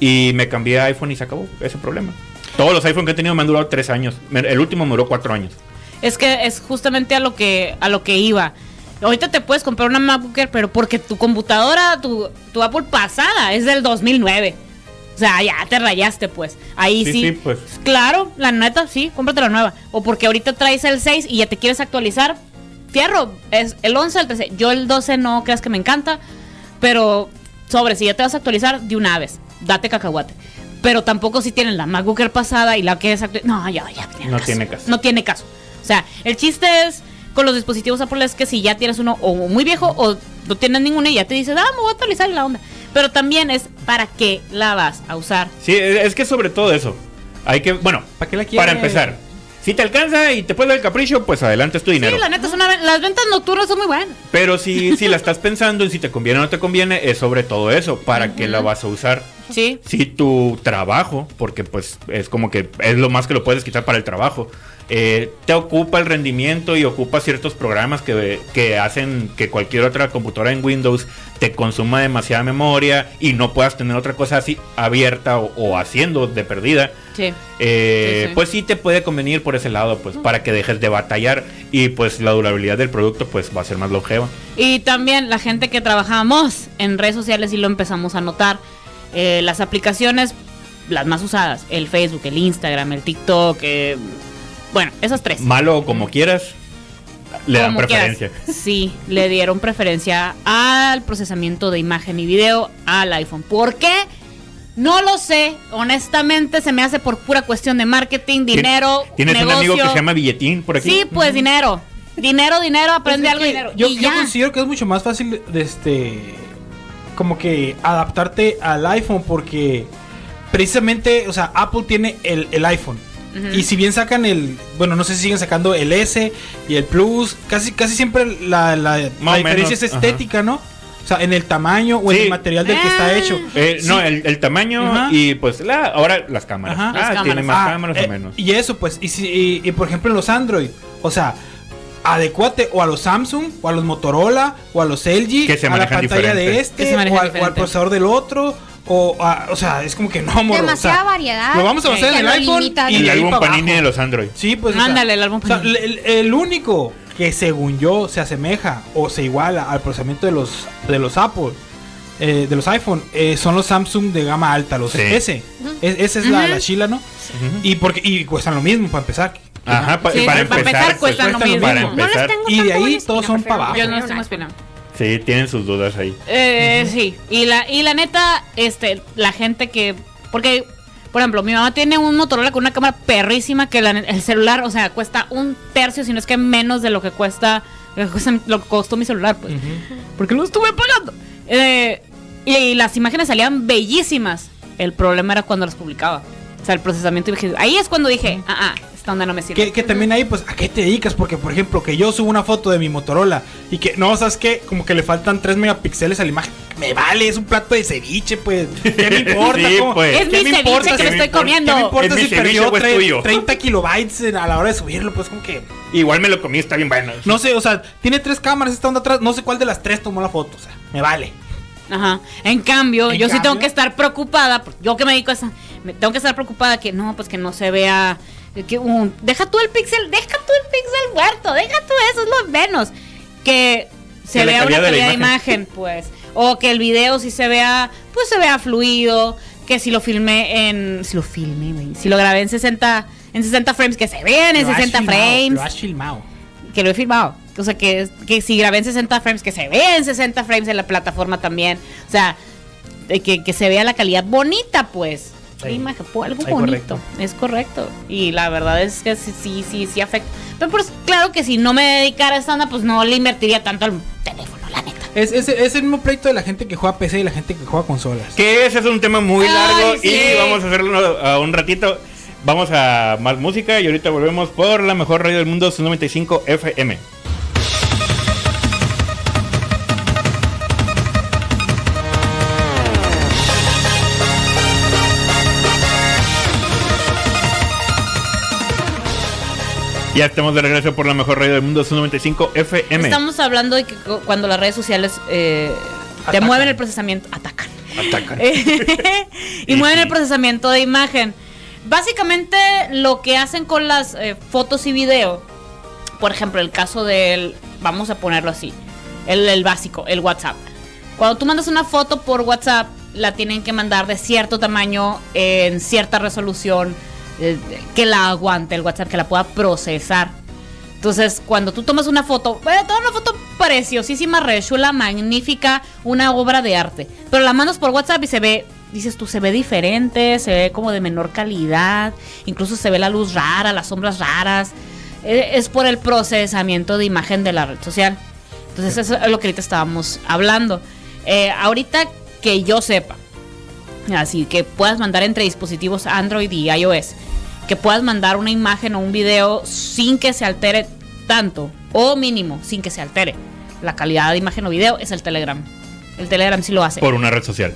S1: y me cambié a iPhone y se acabó ese problema. Todos los iPhone que he tenido me han durado tres años. Me- El último me duró cuatro años.
S2: Es que es justamente a lo que a lo que iba. Ahorita te puedes comprar una MacBook Air, pero porque tu computadora, tu, tu Apple pasada es del 2009. O sea, ya te rayaste, pues. Ahí sí.
S1: Sí, sí, pues.
S2: Claro, la neta, sí, cómprate la nueva. O porque ahorita traes el 6 y ya te quieres actualizar. Fierro, es el 11, el 13. Yo el 12 no creas que me encanta, pero sobre, si ya te vas a actualizar de una vez, date cacahuate. Pero tampoco si tienen la MacBook Air pasada y la quieres actualizar. No, ya, ya. ya,
S1: No tiene caso.
S2: No tiene caso. O sea, el chiste es con los dispositivos Apple es que si ya tienes uno o muy viejo o no tienes ninguno y ya te dices, ah, me voy a actualizar y la onda. Pero también es para qué la vas a usar.
S1: Sí, es es que sobre todo eso. Hay que, bueno,
S4: ¿Para qué la quieres?
S1: para empezar. Si te alcanza y te puede dar el capricho, pues adelante es tu dinero.
S2: Sí, la neta, es una, las ventas nocturnas son muy buenas.
S1: Pero si, si la estás pensando en si te conviene o no te conviene, es sobre todo eso. ¿Para qué la vas a usar?
S2: Sí.
S1: Si tu trabajo, porque pues es como que es lo más que lo puedes quitar para el trabajo, eh, te ocupa el rendimiento y ocupa ciertos programas que, que hacen que cualquier otra computadora en Windows te consuma demasiada memoria y no puedas tener otra cosa así abierta o, o haciendo de perdida.
S2: Sí.
S1: Eh,
S2: Sí, sí.
S1: Pues sí te puede convenir por ese lado, pues para que dejes de batallar y pues la durabilidad del producto pues va a ser más longeva.
S2: Y también la gente que trabajamos en redes sociales y lo empezamos a notar. Eh, las aplicaciones, las más usadas, el Facebook, el Instagram, el TikTok, eh, bueno, esas tres.
S1: Malo o como quieras, le dan
S2: Como quieras.
S1: preferencia.
S2: Sí, le dieron preferencia al procesamiento de imagen y video al iPhone. ¿Por qué? No lo sé. Honestamente, se me hace por pura cuestión de marketing,
S1: Tien-
S2: dinero,
S1: Tienes un amigo que
S2: negocio.
S1: se llama Billetín por aquí.
S2: Sí, pues dinero. Dinero, dinero, aprende
S4: Pues Es
S2: algo,
S4: que
S2: dinero.
S4: Yo,
S2: y
S4: yo
S2: ya.
S4: considero que es mucho más fácil de este como que adaptarte al iPhone porque precisamente, o sea, Apple tiene el, el iPhone.
S2: Ujú.
S4: Y si bien sacan el, bueno, no sé si siguen sacando el S y el Plus, casi casi siempre la, la- la
S1: Más o
S4: diferencia
S1: menos,
S4: es estética, ¿no? O sea, en el tamaño o en
S1: Sí.
S4: el material del que
S2: Ah.
S4: está hecho.
S1: Eh,
S4: Sí.
S1: No, el, el tamaño
S4: Ajá.
S1: y pues la, ahora las cámaras.
S4: Ajá.
S1: Ah,
S2: Las cámaras.
S1: tiene más
S4: Ah,
S1: cámaras
S4: eh,
S1: o menos.
S4: Y eso, pues, y, si, y, y, por ejemplo en los Android, o sea, adecuate o a los Samsung, o a los Motorola, o a los LG,
S1: Que se
S4: a la
S1: manejan
S4: pantalla de
S1: diferente.
S2: Que
S4: este,
S2: se
S4: o, al-
S2: manejan
S4: o al
S2: diferente.
S4: procesador del otro, o, a- o sea, es como que no, morro. o sea,
S3: Demasiada variedad.
S4: Lo vamos a
S2: Sí,
S4: hacer
S3: ya
S4: en
S3: lo
S4: el iPhone
S3: limitan.
S4: y,
S1: Y
S4: de
S1: el
S4: ahí
S1: álbum
S4: para
S1: Panini
S4: abajo.
S1: de los Android.
S4: Sí, pues. o sea,
S2: Ándale, el álbum
S4: o sea,
S2: Panini.
S4: el, el único que según yo se asemeja o se iguala al procesamiento de los de los Apple, eh, de los iPhone, eh, son los Samsung de gama alta, los
S1: Sí.
S4: S.
S3: Ujú.
S4: Es- esa es la,
S2: Ujú.
S4: la chila, ¿no?
S1: Ujú.
S4: Y porque y cuestan lo mismo para empezar.
S1: Ajá, pa-
S2: Sí,
S1: para,
S2: para
S1: empezar,
S2: empezar,
S1: pues,
S2: cuestan lo
S1: cuestan
S2: mismo.
S1: Para
S2: No
S3: No les
S1: empezar,
S3: tengo
S4: Y de
S3: tanta
S4: ahí
S3: buena espina,
S4: todos son
S3: prefiero
S4: para abajo.
S2: Yo no
S3: un
S2: estoy más
S3: iPhone.
S2: pena.
S1: sí, tienen sus dudas ahí.
S2: Eh, Sí, y la, y la neta, este, la gente que. Porque, por Por ejemplo, mi mamá tiene un Motorola con una cámara perrísima que la- el celular, o sea, cuesta un tercio, si no es que menos de lo que cuesta, lo que cuesta- lo que costó mi celular, pues. Porque lo estuve pagando. Eh, y las imágenes salían bellísimas. El problema era cuando las publicaba. O sea, el procesamiento. dije, Ahí es cuando dije, ah, ah, esta onda no me sirve.
S4: Que, que también ahí, pues, ¿a qué te dedicas? Porque, por ejemplo, que yo subo una foto de mi Motorola y que, no, ¿sabes qué? Como que le faltan 3 megapíxeles a la imagen. Me vale, es un plato de ceviche, pues. ¿Qué me importa?
S1: Sí,
S4: ¿Cómo-
S1: pues.
S4: ¿qué
S2: Es mi
S4: me
S2: ceviche
S4: importa
S2: que
S1: me
S4: si-
S1: estoy
S2: comiendo.
S4: ¿Qué me
S1: Es
S4: importa
S1: mi
S4: si
S1: ceviche
S4: perdió
S1: o es
S4: tre-
S1: tuyo?
S4: 30 kilobytes en- a la hora de subirlo? Pues, como que...
S1: Igual me lo comí, está bien bueno.
S4: No sé, o sea, tiene tres cámaras esta onda atrás. No sé cuál de las tres tomó la foto, o sea, me vale.
S2: Ajá. En cambio,
S4: En
S2: yo sí
S4: cambio.
S2: tengo que estar preocupada, porque yo que me dedico a esa, me tengo que estar preocupada que no, pues que no se vea que un- deja tú el pixel, deja tú el pixel muerto, deja tú eso, es lo menos que se
S1: Que la
S2: vea
S1: calidad
S2: una
S1: de la
S2: calidad de imagen. pues, o que el video sí se vea, pues se vea fluido, que si lo filmé en si lo filmé, güey, si lo grabé en 60 en 60 frames que se vean en
S4: Lo has
S2: 60
S4: filmado,
S2: frames
S4: Lo has filmado.
S2: que lo he filmado. O sea, que, que si grabé en 60 frames, que se vea en 60 frames en la plataforma también. O sea, de que, que se vea la calidad bonita, pues.
S4: Sí.
S2: La imagen, pues, algo
S4: Sí,
S2: bonito.
S4: correcto.
S2: Es correcto. Y la verdad es que sí, sí, sí, sí afecta. Pero pues, claro que si no me dedicara a esta onda, pues no le invertiría tanto al teléfono, la neta.
S4: Es, es- es el mismo pleito de la gente que juega PC y la gente que juega consolas.
S1: Que ese es un tema muy
S2: Ay,
S1: largo
S2: sí.
S1: y vamos a hacerlo a un ratito. Vamos a más música y ahorita volvemos por la mejor radio del mundo, su 95 FM. Ya estamos de regreso por la mejor radio del mundo, su 95 FM.
S2: Estamos hablando de que cu- cuando las redes sociales eh, te
S4: Atacan.
S2: mueven el procesamiento, atacan.
S1: Atacan.
S2: Eh, y mueven el procesamiento de imagen. Básicamente lo que hacen con las eh, fotos y video, por ejemplo, el caso del, vamos a ponerlo así, el, el básico, el WhatsApp. Cuando tú mandas una foto por WhatsApp, la tienen que mandar de cierto tamaño, en cierta resolución, eh, que la aguante el WhatsApp, que la pueda procesar. Entonces, cuando tú tomas una foto, bueno, tomas una foto preciosísima, rechula, magnífica, una obra de arte, pero la mandas por WhatsApp y se ve, dices tú, se ve diferente, se ve como de menor calidad, incluso se ve la luz rara, las sombras raras. Eh, Es por el procesamiento de imagen de la red social. Entonces, eso es lo que ahorita estábamos hablando. Eh, ahorita que yo sepa, así que puedas mandar entre dispositivos Android y iOS, que puedas mandar una imagen o un video sin que se altere tanto, o mínimo, sin que se altere la calidad de imagen o video, es el Telegram. El Telegram sí lo hace.
S1: Por una red social.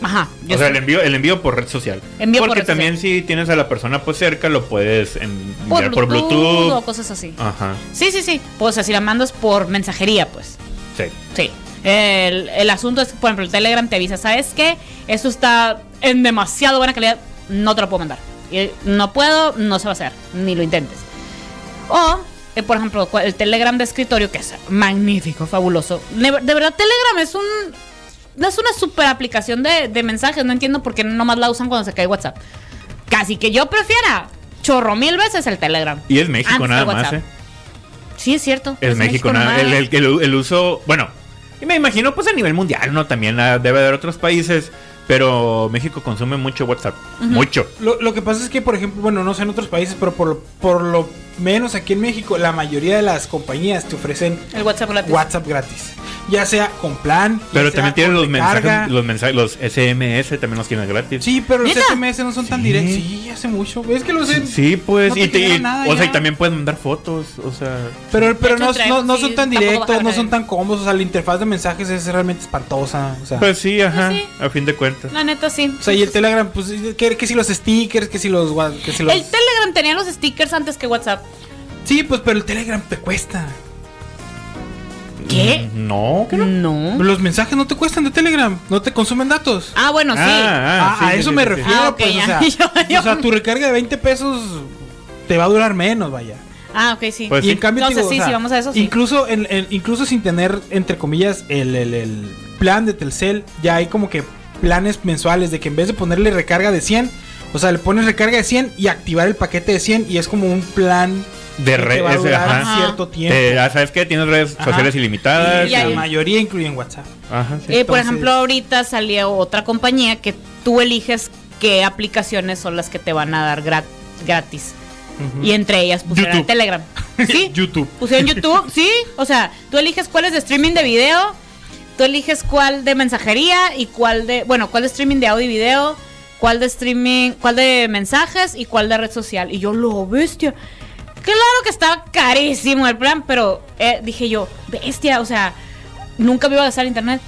S2: Ajá. yo
S1: O sea,
S2: sé.
S1: el envío, el envío por red social.
S2: Envío por
S1: Porque
S2: red
S1: también si tienes a la persona pues cerca lo puedes enviar
S2: por,
S1: por
S2: Bluetooth,
S1: Bluetooth.
S2: o cosas así.
S1: Ajá,
S2: Sí, sí, sí. Pues, o sea, si la mandas por mensajería, pues.
S1: sí.
S2: Sí. El, el asunto es, que, por ejemplo, el Telegram te avisa, ¿sabes qué? Esto está en demasiado buena calidad, no te lo puedo mandar. Y no puedo, no se va a hacer, ni lo intentes. O, eh, por ejemplo, cua- el Telegram de escritorio, que es magnífico, fabuloso. De, ver- de verdad, Telegram es un... Es una super aplicación de, de mensajes, no entiendo por qué nomás la usan cuando se cae WhatsApp. Casi que yo prefiera chorro mil veces el Telegram.
S1: Y es México
S2: Antes que
S1: nada más,
S2: WhatsApp.
S1: ¿eh?
S2: Sí, es cierto.
S1: Es, México, nada
S2: nomás.
S1: el, el, el- el uso, bueno, y me imagino pues a nivel mundial, ¿no? También ah, debe haber otros países, pero México consume mucho WhatsApp. Mucho.
S4: Lo, lo que pasa es que, por ejemplo, bueno, no sé en otros países, pero por, lo- por lo menos aquí en México, la mayoría de las compañías te ofrecen
S2: El WhatsApp gratis.
S4: WhatsApp gratis. Ya sea con plan. ya
S1: Pero
S4: sea
S1: también tienen
S4: con
S1: los
S4: recarga.
S1: mensajes, los mensajes, los SMS también los tienen gratis.
S4: Sí, pero los
S2: ¿Neta?
S4: SMS no son tan
S1: Sí.
S4: directos. Sí, hace mucho. Es que los
S1: Sí, sí, pues,
S4: No te
S1: y, te- y-
S4: llegan nada
S1: o sea, y
S4: ya.
S1: también pueden mandar fotos, o sea...
S4: Pero, pero
S2: hecho,
S4: no,
S2: traemos,
S4: no- no
S2: sí,
S4: son tan
S2: tampoco
S4: directos,
S2: bajaron
S4: no
S2: el-
S4: son tan cómodos. O sea, la interfaz de mensajes es realmente espantosa. O sea,
S1: Pues sí, ajá,
S2: sí.
S1: a fin de cuentas.
S2: La neta, sí.
S4: o sea y el Telegram, pues, que, que si los stickers, que si los. gua- Que si los
S2: El Telegram tenía los stickers antes que WhatsApp.
S4: sí, pues, pero el Telegram te cuesta.
S2: ¿Qué?
S1: Mm, No, que no.
S2: No.
S4: Los mensajes no te cuestan de Telegram, no te consumen datos.
S2: Ah, bueno, sí.
S4: Ah,
S1: sí,
S4: a
S1: sí,
S4: eso
S1: sí,
S4: me
S1: sí, sí.
S4: refiero,
S2: Ah, ok,
S4: pues,
S2: ya.
S4: o sea,
S2: Yo- yo-
S4: o sea, tu recarga de 20 pesos te va a durar menos, vaya.
S2: Ah, ok, sí.
S1: Pues
S4: y
S1: sí.
S4: en cambio,
S2: Entonces, sí,
S4: te digo, o sea,
S2: sí, vamos a eso, sí.
S4: Incluso, en- en- incluso sin tener, entre comillas, el, el- el plan de Telcel, ya hay como que planes mensuales de que en vez de ponerle recarga de 100, o sea, le pones recarga de 100 y activar el paquete de 100 y es como un plan
S1: De
S4: que
S1: re-
S4: te va a
S1: ese,
S4: durar
S1: ajá.
S4: cierto tiempo.
S1: Te- ah, ¿Sabes qué? Tienes redes
S4: Ajá.
S1: sociales ilimitadas.
S4: Y la
S2: y-
S4: mayoría incluyen WhatsApp.
S1: Ajá, sí.
S2: Eh, por
S4: entonces-
S2: ejemplo, ahorita salió otra compañía que tú eliges qué aplicaciones son las que te van a dar gra- gratis. Y entre ellas pusieron
S4: YouTube.
S2: Telegram. Sí,
S4: YouTube.
S2: pusieron YouTube, sí. O sea, tú eliges cuál es de streaming de video, tú eliges cuál de mensajería y cuál de, bueno, cuál de streaming de audio y video, cuál de streaming, cuál de mensajes y cuál de red social. Y yo, lo bestia. Claro que estaba carísimo el plan, pero eh, dije yo, bestia, o sea, nunca me iba a gastar internet.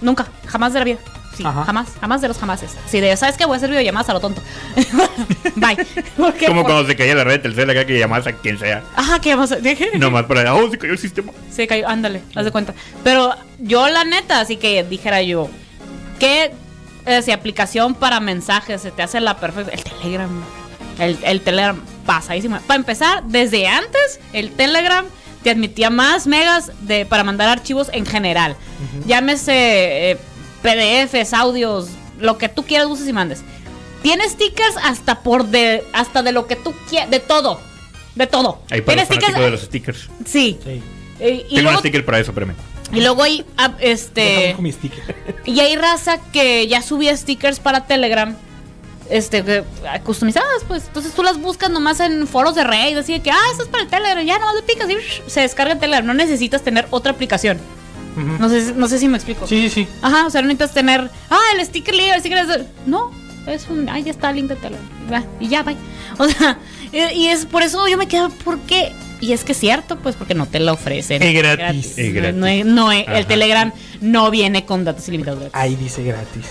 S2: Nunca, jamás de la vida. Sí,
S4: Ajá.
S2: jamás, jamás de los jamases. Sí, de, ¿sabes qué? Voy a hacer videollamadas a lo tonto. Bye. Porque-
S1: Como cuando se caía la red Telcel acá que llamabas a quien sea.
S2: Ajá, ¿qué vamos a Dije-
S1: Nomás para allá. Oh, se cayó el sistema.
S2: Se cayó, ándale, haz de cuenta. Pero yo, la neta, así que dijera yo, ¿qué eh, si aplicación para mensajes se te hace la perfecta? El Telegram. El, el Telegram, pasadísima. Para empezar, desde antes, el Telegram te admitía más megas de, para mandar archivos en general. Llámese eh, PDFs, audios, lo que tú quieras, uses y mandes. Tiene stickers hasta por de, hasta de lo que tú quieras, de todo. De todo.
S1: Ahí para los
S2: Tiene
S1: fanáticos de
S2: stickers.
S1: los stickers.
S2: Sí.
S4: Sí.
S2: Eh, y,
S1: Tengo un
S2: luego,
S1: sticker para eso, espérame.
S2: y luego hay ah,
S4: Déjame
S2: este
S4: con mi sticker.
S2: y hay raza que ya subía stickers para Telegram este que- ah, customizadas pues entonces tú las buscas nomás en foros de Reddit así de que ah esto es para el Telegram ya no le picas y sh- se descarga el Telegram no necesitas tener otra aplicación
S4: Ujú.
S2: no sé no sé si me explico
S4: Sí, sí, sí.
S2: ajá o sea no necesitas tener ah el sticker libre el sticker es de-". no es un ah ya está el link de Telegram Va, y ya bye o sea y, y es por eso yo me quedo ¿por qué? y es que es cierto pues porque no te la ofrecen
S4: Es gratis.
S1: Es
S2: no,
S1: gratis.
S2: no es- no es- el
S1: Ajá.
S2: Telegram no viene con datos ilimitados gratis.
S4: Ahí dice gratis.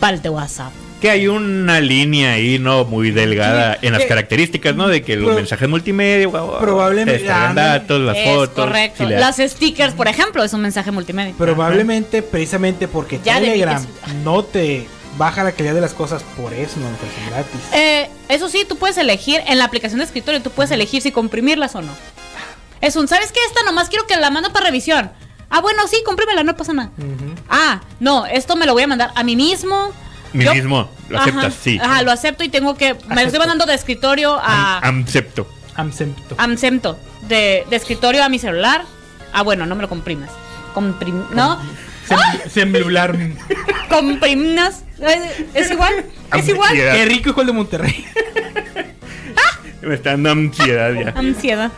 S2: Pal de WhatsApp.
S1: Que hay una línea ahí, ¿no? Muy delgada en las
S4: Eh,
S1: características, ¿no? De que los
S4: pro-
S1: mensajes multimedia, guau, guau,
S4: probablemente-
S1: te descargan
S4: ándale.
S1: datos, las
S2: ah, es
S1: fotos.
S2: correcto.
S1: si le-
S2: Las stickers, por ejemplo, es un mensaje multimedia.
S4: Probablemente precisamente porque
S2: Ya le dije
S4: Telegram
S2: eso.
S4: no te baja la calidad de las cosas, por eso no lo ofrecen gratis.
S2: Eh, eso sí, tú puedes elegir en la aplicación de escritorio, tú puedes elegir si comprimirlas o no. Es un, ¿sabes qué? Esta nomás quiero que la mando para revisión. Ah, bueno, sí, comprímela, no pasa nada.
S4: Ujú.
S2: Ah, no, esto me lo voy a mandar a mí mismo.
S1: Mi
S2: Yo-
S1: mismo, lo
S2: Ajá,
S1: aceptas, sí.
S2: Ajá, lo acepto y tengo que. Me lo estoy
S4: Acepto.
S2: mandando de escritorio a.
S1: Am- Acepto.
S4: Amsempto.
S2: Ah. Amsemto, de, de escritorio a mi celular. Ah, bueno, no me lo comprimas. Comprim- ¿No?
S4: Sem- Semblular.
S2: Comprimas. Ay, ¿Es igual? ¿Es igual?
S1: Ansiedad.
S4: Qué rico hijo el de Monterrey.
S1: Me está dando ansiedad ya.
S2: Ansiedad.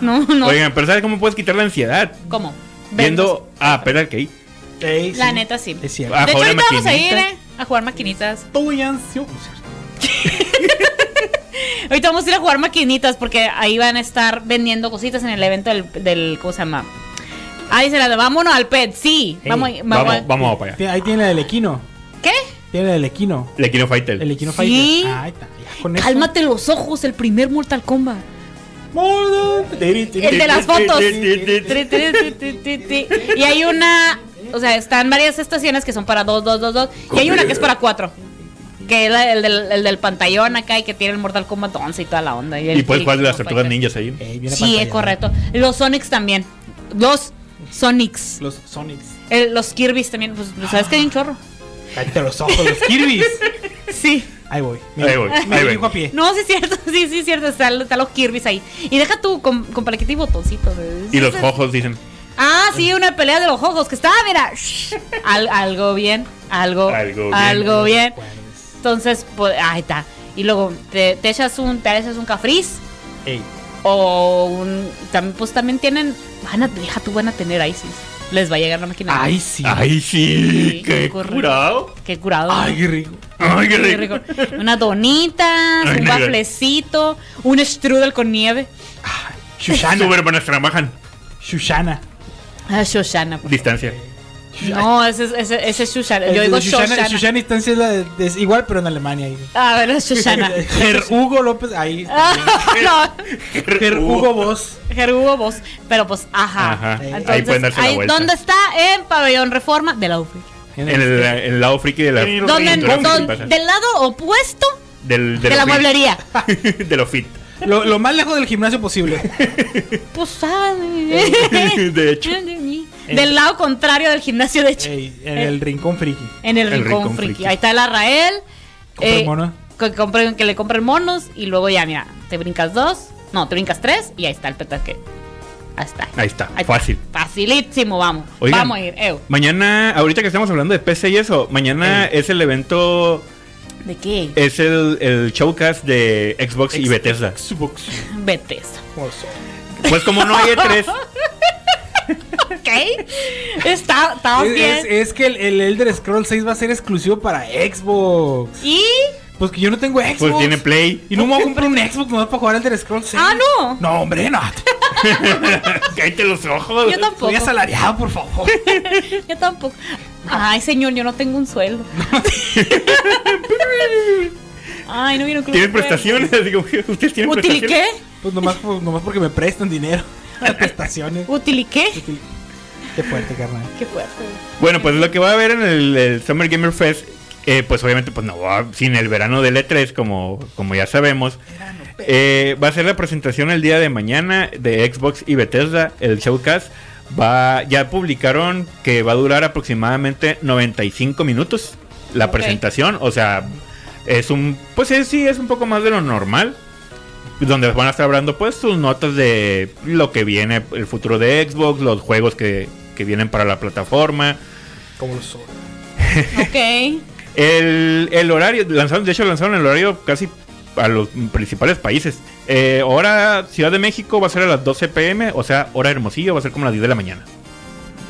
S2: No, no.
S1: Oigan, pero ¿sabes cómo puedes quitar la ansiedad?
S2: ¿Cómo? Vendos.
S1: Viendo. Ah, espera,
S2: Eh,
S1: que ahí.
S4: Ey,
S2: La
S4: sí.
S2: neta, sí.
S4: Es cierto.
S1: Ah,
S2: De hecho,
S1: jugar
S2: ahorita vamos a ir
S1: maquinita.
S2: eh, a jugar maquinitas.
S4: Estoy ansioso. No es cierto.
S2: Ahorita vamos a ir a jugar maquinitas porque ahí van a estar vendiendo cositas en el evento del. del ¿Cómo se llama? Ahí se la vámonos al PET. Sí.
S4: Ey,
S2: vamos, vamos,
S1: Vamos, vamos para allá.
S4: Tiene- Ahí tiene la del equino.
S2: ¿Qué?
S4: Tiene la del equino.
S1: Le quiero fighter.
S4: El equino
S2: Sí.
S4: fighter. Ah, ahí está. Ya con eso.
S2: Cálmate los ojos, el primer Mortal Kombat. El de las fotos. Tri, tri, tri, tri, tri, tri. Y hay una. O sea, están varias estaciones que son para dos, dos, dos, dos. Y hay una que es para cuatro. Que es la- el del, el del pantallón acá y que tiene el Mortal Kombat 11 y toda la onda. Y, el- Eh,
S1: Y pues,
S2: el
S1: ¿cuál de las
S2: King of
S1: tortugas
S2: Fighters.
S1: ninjas ahí?
S4: Ey, viene
S2: Sí, es
S4: pantalla.
S2: correcto. Los Sonics también. Los Sonics.
S4: Los Sonics.
S2: El- los Kirby's también. Pues, pues, ¿sabes que hay un chorro?
S4: Cállate los ojos, los Kirby's.
S2: Sí.
S4: Ahí voy.
S1: Ahí voy,
S4: Me
S1: ahí
S4: dirijo
S1: voy.
S4: a pie.
S2: No, sí es cierto. Sí, sí es cierto. Están está los Kirby's ahí. Y deja tú con, con palaquita y botoncito.
S1: Y los ojos dicen.
S2: Ah, sí, una pelea de los ojos que estaba, mira. shh, al- algo bien, algo,
S1: Algo bien.
S2: algo bien.
S4: Cuerdas.
S2: Entonces, pues, ahí está. Y luego te, te echas un, te echas un cafriz
S4: Ey.
S2: o un, también, pues también tienen, van a, deja tú, van a tener ISIS. Les va a llegar la máquina.
S4: Ay, sí.
S1: ¡Ay, sí!
S2: Sí,
S1: ¡Qué
S2: correcto.
S1: curado!
S2: Qué curado.
S4: Ay, qué rico.
S1: ¡Ay, qué
S2: Qué
S1: rico!
S2: rico. Unas donitas,
S1: Ay,
S2: un
S1: negra.
S2: baflecito, un strudel con nieve.
S4: Shushana.
S1: Supermanas trabajan.
S4: Shushana.
S2: Ah, Shoshana. por-
S1: Distancia.
S2: No, ese, es- ese, ese es Shoshana. Yo
S4: Eh,
S2: digo
S4: Shoshana,
S2: Shoshana.
S4: Shoshana instancia es, la de- es igual, pero en Alemania. ahí.
S2: A ver, es Shoshana.
S4: Ger Hugo López, ahí.
S2: no.
S4: Ger Hugo Boss.
S2: Gerugo Boss, pero pues, ajá.
S1: Ajá.
S4: Ahí
S2: Entonces,
S1: pueden darse la
S2: ahí-
S1: vuelta.
S2: ¿Dónde está? En Pabellón Reforma de la UFRI.
S1: En el, en el lado friki de la.
S4: En el
S2: ¿Dónde-
S4: Rey,
S1: cultura
S4: ¿dónde-
S1: friki
S2: dónde-
S1: pasa.
S2: del lado opuesto
S1: Del-
S2: de,
S1: lo
S2: la
S1: fit.
S2: mueblería.
S1: de lo fit.
S4: Lo, lo más lejos del gimnasio posible.
S2: Pues, ah,
S1: De hecho.
S2: Del lado contrario del gimnasio, de hecho.
S4: Ey, en el
S2: Eh.
S4: rincón friki.
S2: En el,
S1: El
S2: rincón,
S1: Rincón
S2: friki.
S1: Friki.
S2: Ahí está el Arrael.
S4: Compren mono.
S2: Que, compren- que le compren monos. Y luego ya, mira, te brincas dos. No, te brincas tres. Y ahí está el petaque. Ahí está.
S1: Ahí está, fácil.
S2: Facilísimo, vamos.
S1: Oigan.
S2: Vamos a ir. Eu.
S1: Mañana, ahorita que estamos hablando de PC y eso, mañana es el evento
S2: ¿De qué?
S1: Es el, el showcast de Xbox y Bethesda.
S4: Xbox.
S2: Bethesda.
S1: Pues como no hay E3,
S2: ¿Ok? Está, estamos
S4: Es,
S2: bien.
S4: es- es que el, el Elder Scroll 6 va a ser exclusivo para Xbox.
S2: Y.
S4: Pues que yo no tengo Xbox.
S1: pues tiene Play.
S4: Y no me voy a comprar un Xbox nomás para jugar Elder Scrolls 6.
S2: Ah, no.
S4: No, hombre, no.
S1: Cállate los ojos.
S2: Yo tampoco.
S4: Soy asalariado, por favor.
S2: Yo tampoco. Ay, señor, yo no tengo un sueldo. Ay, no vino
S1: Tienen prestaciones. Digo, ustedes tienen
S2: ¿Utiliqué?
S1: prestaciones.
S4: Pues nomás, por- nomás porque me prestan dinero. Prestaciones.
S2: ¿Utiliqué?
S4: Qué fuerte, carnal.
S2: Qué fuerte.
S1: Bueno, pues lo que va a haber en el, el Summer Gamer Fest, eh, pues obviamente, pues no va sin el verano del E3, como, como ya sabemos. Eh, va a ser la presentación el día de mañana de Xbox y Bethesda, el showcast. Va, ya publicaron que va a durar aproximadamente 95 minutos la
S2: Ok.
S1: presentación. O sea, es un. Pues es- sí, es un poco más de lo normal. Donde van a estar hablando, pues, sus notas de lo que viene, el futuro de Xbox, los juegos que, que vienen para la plataforma.
S4: Como lo soy.
S2: Ok.
S1: El, el horario, lanzaron, de hecho lanzaron el horario casi a los principales países. Eh, hora Ciudad de México va a ser a las 12 pm, o sea, hora Hermosillo va a ser como a las 10 de la mañana.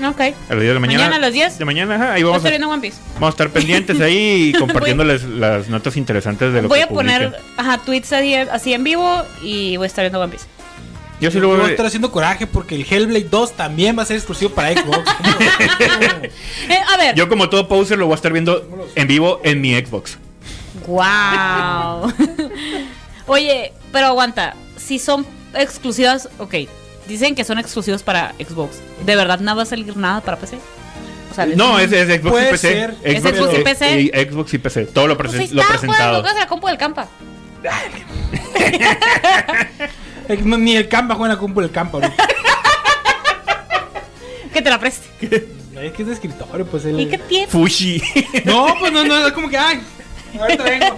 S2: Ok.
S1: A las 10 de la mañana.
S2: Mañana a las 10.
S1: De mañana, ajá, ahí
S2: Yo
S1: vamos
S2: estoy
S1: a,
S2: viendo One Piece.
S1: vamos a estar pendientes ahí y compartiéndoles las notas interesantes de lo
S2: Voy
S1: que
S2: a poner
S1: publiquen.
S2: ajá, tweets así, así en vivo y voy a estar viendo One Piece.
S1: Yo sí lo
S4: voy
S1: voy
S4: a
S1: a
S4: estar haciendo coraje porque el Hellblade 2 también va a ser exclusivo para Xbox.
S2: Eh, a ver.
S1: Yo como todo poser lo voy a estar viendo en vivo en mi Xbox.
S2: Wow. Oye, pero aguanta. Si son exclusivas, ok. Dicen que son exclusivos para Xbox. ¿De verdad nada va a salir nada para PC? O sea,
S1: No, es, es Xbox
S4: Puede
S1: y PC.
S4: ser.
S1: Xbox,
S2: ¿Es Xbox y
S1: eh,
S2: PC?
S1: y Xbox y PC. Todo lo,
S2: Pues
S1: presen-
S2: ahí
S1: lo
S2: está, juega
S1: presentado.
S2: juegas la compu del campa.
S4: Eh, no, Ni el Campa juega en la compu del Campa ahorita.
S2: Que te la preste.
S4: Es que es de escritorio, pues el.
S2: ¿Y qué tiene?
S1: Fushi.
S4: No, pues no, no, es como que, ay, ahorita vengo.